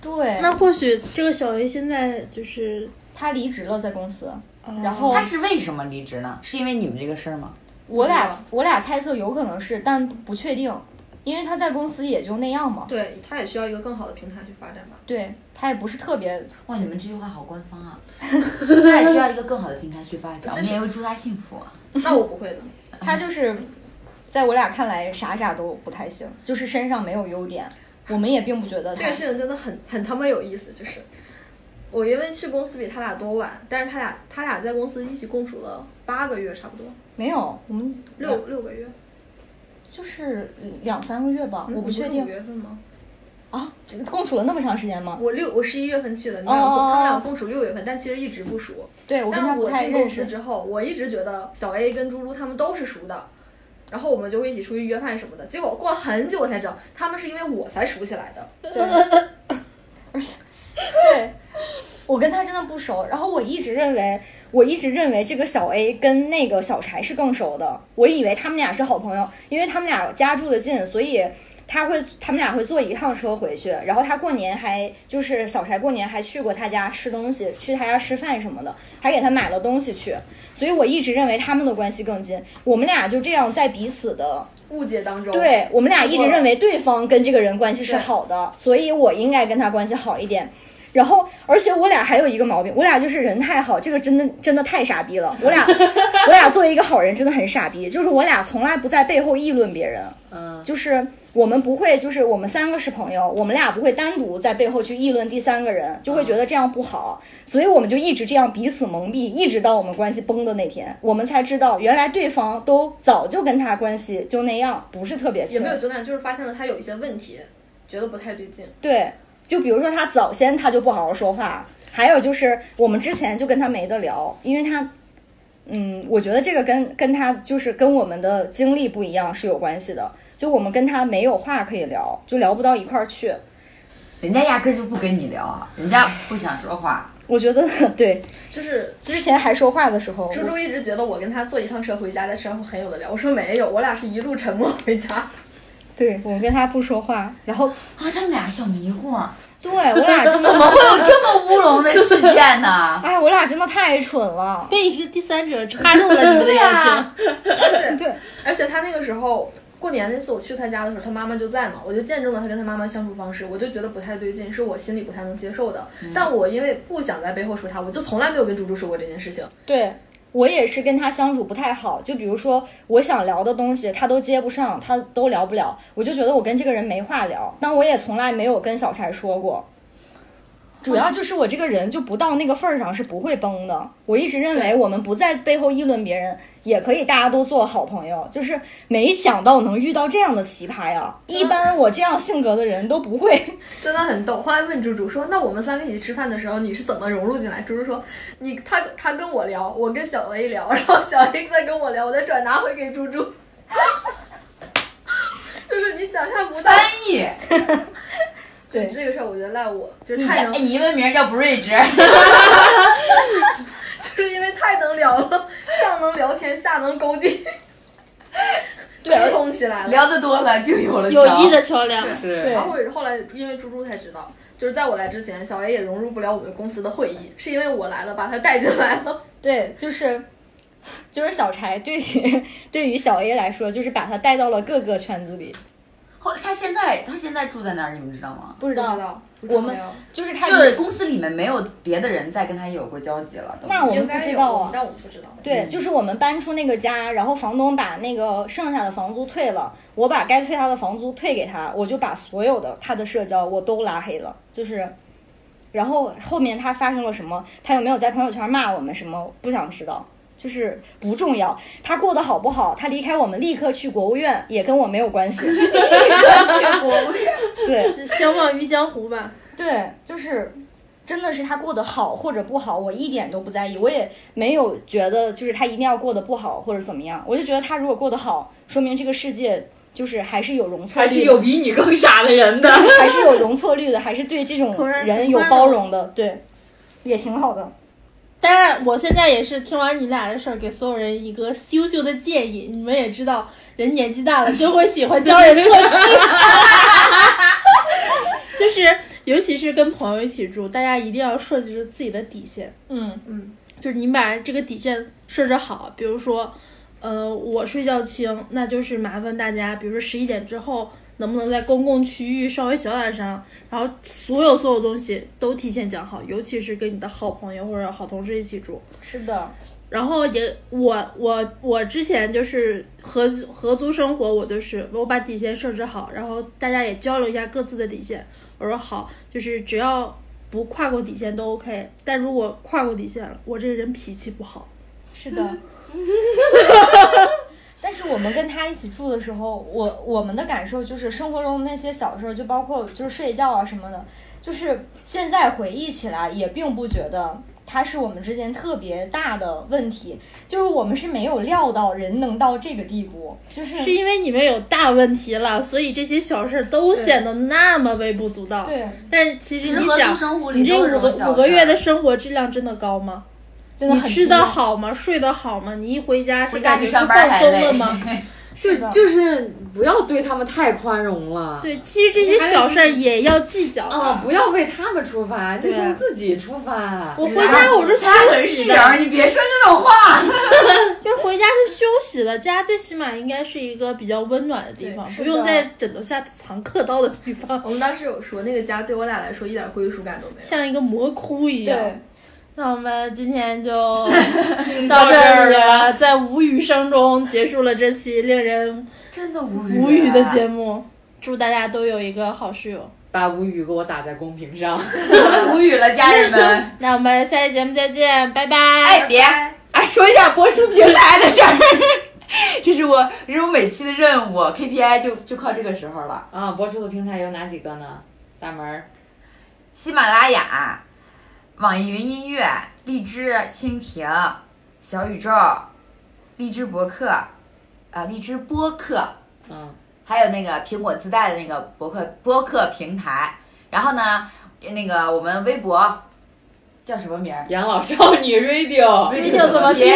S6: 对，
S3: 那或许这个小维现在就是，
S6: 他离职了在公司，
S3: 哦
S6: 然后
S2: 他是为什么离职呢？是因为你们这个事儿吗？
S6: 我
S4: 不知
S6: 俩
S4: 道
S6: 我俩猜测有可能是，但不确定，因为他在公司也就那样嘛。
S4: 对他也需要一个更好的平台去发展吧。
S6: 对他也不是特
S4: 嗯
S6: 别，
S2: 哇，你们这句话好官方啊！他也需要一个更好的平台去发展，我
S4: 这
S2: 们
S4: 是
S2: 也会祝他幸福啊。
S4: 那我不会的，
S6: 他就是在我俩看来啥啥都不太行，就是身上没有优点，我们也并不觉得
S4: 这
S6: 他
S4: 个。事情真的很很他妈有意思，就是。我因为去公司比他俩多晚，但是他俩他俩在公司一起共处了八个月，差不多
S6: 没有，我们
S4: 六六个月，
S6: 就是两三个月吧，
S4: 嗯
S6: 我不
S4: 们
S6: 确
S4: 是
S6: 定
S4: 五。月份吗？
S6: 啊，这共处了那么长时间吗？
S4: 我六我十一月份去的，你
S6: 哦
S4: 俩
S6: 哦哦
S4: 共他们俩共处六月份，但其实一直不熟。
S6: 对，我跟
S4: 但
S6: 他
S4: 是
S6: 不
S4: 我
S6: 太
S4: 进公
S6: 认
S4: 司
S6: 识。
S4: 之后，我一直觉得小 A 跟猪猪他们都是熟的，然后我们就会一起出去约饭什么的。结果过了很久我才知道，他们是因为我才熟起来的。
S6: 对，而且对，我跟他真的不熟。然后我一直认为，我一直认为这个小 A 跟那个小柴是更熟的，我以为他们俩是好朋友，因为他们俩家住的近，所以。他会，他们俩会坐一趟车回去，然后他过年还就是小柴过年还去过他家吃东西，去他家吃饭什么的，还给他买了东西去，所以我一直认为他们的关系更近。我们俩就这样在彼此的
S4: 误解当中，，
S6: 对我们俩一直认为对方跟这个人关系是好的，所以我应该跟他关系好一点。然后，而且我俩还有一个毛病，我俩就是人太好，这个真的真的太傻逼了。我
S4: [laughs]
S6: 俩，我俩作为一个好人真的很傻逼，就是我俩从来不在背后议论别人，
S1: 嗯，
S6: 就是我们不会，就是我们三个是朋友，我们俩不会单独在背后去议论第三个人，就会觉得这样不好，所以我们就一直这样彼此蒙蔽，一直到我们关系崩的那天，我们才知道原来对方都早就跟他关系就那样，不是特别
S4: 也
S6: 亲
S4: 没。有觉得，就是发现了他有一些问题，觉得不太对劲。
S6: 对，就比如说他早先他就不好好说话，还有就是我们之前就跟他没得聊，因为他。嗯，我觉得这个跟跟他就是跟我们的经历不一样是有关系的。就我们跟他没有话可以聊，就聊不到一块儿去。
S2: 人家压根儿就不跟你聊啊，人家不想说话。
S6: 我觉得 [laughs] 对，
S4: 就是
S6: 之前还说话的时候，
S4: 猪猪一直觉得我跟他坐一趟车回家，在车上会很有的聊。我说没有，我俩是一路沉默回家。 [laughs]
S6: 对我跟他不说话，然后
S2: 啊，他们俩小迷糊儿，
S6: 对我俩真的
S2: 怎么会有这么乌龙的事件
S3: [laughs]
S2: 呢？
S6: 哎，我俩真的太蠢了。
S3: 被一个第三者插入了你
S6: [laughs]
S3: 们的
S2: 对
S3: 感
S2: 呀、
S3: 情。
S2: 啊，
S6: 对，
S4: 而且他那个时候过年那次我去他家的时候，他妈妈就在嘛，我就见证了他跟他妈妈相处方式，我就觉得不太对劲，是我心里不太能接受的。但我因为不想在背后说他，我就从来没有跟猪猪说过这件事情。
S6: 对我也是跟他相处不太好，就比如说我想聊的东西，他都接不上，他都聊不了，我就觉得我跟这个人没话聊。但我也从来没有跟小柴说过。主要就是我这个人就不到那个份儿上，是不会崩的。我一直认为我们不在背后议论别人，也可以大家都做好朋友。就是没想到能遇到这样的奇葩呀！一般我这样性格的人都不会。
S4: 真的很逗。后来问猪猪说：“那我们三个一起吃饭的时候，你是怎么融入进来？”猪猪说：“你他他跟我聊，我跟小 A 聊，然后小 A 再跟我聊，我再转达回给猪猪。” [laughs] 就是你想象不到，
S2: 翻译，
S4: 就
S6: 对
S4: 这个事儿，我觉得赖我，就是
S2: 你
S4: 太
S2: 哎，
S4: 能，
S2: 你英文名叫 Bridge，
S4: 就是因为太能聊了，上能聊天，下能勾地，
S6: 对
S4: 沟通起来了。
S2: 聊得多了就有了
S3: 友
S2: 桥
S3: 谊的桥梁，
S1: 是
S6: 对
S4: 然后我也是后来因为猪猪才知道，就是在我来之前，小 A 也融入不了我们公司的会议，是因为我来了，把他带进来了。
S6: 对，就是就是小柴对于 [laughs] 对于小 A 来说，就是把他带到了各个圈子里。
S2: 后来他现在他现在住在哪儿，你们知道吗？
S6: 不知
S4: 不
S6: 道，
S4: 知道，
S6: 我们就是他
S2: 就是公司里面没有别的人再跟他有过交集了。都
S6: 那我们
S4: 应
S6: 不
S4: 该
S6: 知
S4: 有
S6: 道啊，
S4: 但我们不知道。
S6: 对，就是我们搬出那个家，然后房东把那个剩下的房租退了，我把该退他的房租退给他，我就把所有的他的社交我都拉黑了，就是，然后后面他发生了什么，他有没有在朋友圈骂我们什么，不想知道，就是不重要，他过得好不好，他离开我们立刻去国务院也跟我没有关系， [laughs] 对，
S3: 相忘于江湖吧。
S6: 对，就是真的是他过得好或者不好，我一点都不在意，我也没有觉得就是他一定要过得不好或者怎么样，我就觉得他如果过得好，说明这个世界就是还是有容错率
S1: 还
S6: 的，
S1: 是有比你更傻的人的。
S6: [laughs] 还是有容错率的，还是对这种
S3: 同人
S6: 人
S3: 很
S6: 有
S3: 宽
S6: 包
S3: 容
S6: 容的，对，也挺好的。
S3: 当然，我现在也是听完你俩的事儿，给所有人一个羞羞的建议。你们也知道，人年纪大了就会喜欢教人做事， [laughs] 就是尤其是跟朋友一起住，大家一定要顺着自己的底线。
S6: 嗯
S3: 嗯，就是你把这个底线设置好，比如说，呃，我睡觉轻，那就是麻烦大家，比如说十一点之后。能不能在公共区域稍微小点声，然后所有所有东西都提前讲好，尤其是跟你的好朋友或者好同事一起住，
S6: 是的，
S3: 然后也我我我之前就是合租合租生活，我就是我把底线设置好，然后大家也交流一下各自的底线。我说好，就是只要不跨过底线都 OK，但如果跨过底线了，我这人脾气不好。
S6: 是的。但是我们跟他一起住的时候，我我们的感受就是生活中那些小事儿，就包括就是睡觉啊什么的，就是现在回忆起来也并不觉得它是我们之间特别大的问题，就是我们是没有料到人能到这个地步，就是
S3: 是因为你们有大问题了，所以这些小事儿都显得那么微不足道。
S6: 对，
S3: 但是其实你
S9: 合
S3: 想
S9: 租，生活里
S3: 你这
S9: 都是这
S3: 五个
S9: 种小
S3: 五个
S9: 事
S3: 月
S9: 儿
S3: 的生活质量真的高吗？
S6: 真的
S3: 你
S6: 很
S3: 吃
S6: 不一
S3: 的
S6: 样，
S3: 好吗？睡得好吗？你一回家是
S9: 回家
S3: 感
S9: 比
S3: 觉是
S9: 上班
S3: 放
S9: 还
S3: 松
S9: 累。
S3: 了吗？
S6: 是的
S1: 就就是不要对他们太宽容了。
S3: 对，其实这些小事儿也要计较的。
S1: 啊，不要为他们出发，你
S3: 对
S1: 从自己出发。
S3: 我回家
S2: 啊
S3: 我是休息的，
S9: 你别说这种话。
S3: 就是回家是休息的，家最起码应该是一个比较温暖的地方，
S6: 是
S3: 不
S6: 的
S3: 用在枕头下藏刻刀的地方，
S4: 我们当时有说，那个家对我俩来说一点归属感都没有。
S3: 像一个魔窟一样。
S6: 对，
S3: 那我们今天 [laughs] 就到这
S1: 儿
S3: 儿
S1: 了
S3: 了，在无语声中结束了这期令人
S9: 真的无语，
S3: 无语
S2: 啊
S3: 的节目。祝大家都有一个好室友。
S1: 把无语给我打在公屏上。
S9: 无语了，家人
S2: [laughs]
S9: 们。
S3: 那我们下期节目再见，拜拜。
S2: 哎，别，哎，说一下播出平台的事儿， [laughs] 这是我，这是我每期的任务 KPI，就就靠这个时候了。
S1: 啊，播出的平台有哪几个呢？大门儿，
S2: 喜马拉雅、网易云音乐、荔枝、蜻蜓、小宇宙、荔枝博客，啊，荔枝播客，
S1: 嗯，
S2: 还有那个苹果自带的那个博客播客平台。然后呢，那个我们微博叫什么名儿？
S1: 养老少女 Radio，R [laughs]
S2: Radio 怎么拼？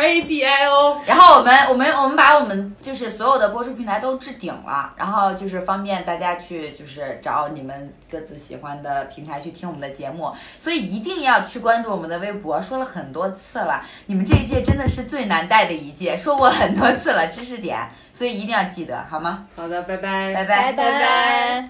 S1: A D I O。
S2: 然后我们我们我们把我们就是所有的播出平台都置顶了，然后就是方便大家去就是找你们各自喜欢的平台去听我们的节目，所以一定要去关注我们的微博。说了很多次了，你们这一届真的是最难带的一届，说过很多次了，知识点，所以一定要记得好吗？
S1: 好的，拜拜。
S2: 拜拜
S3: 拜拜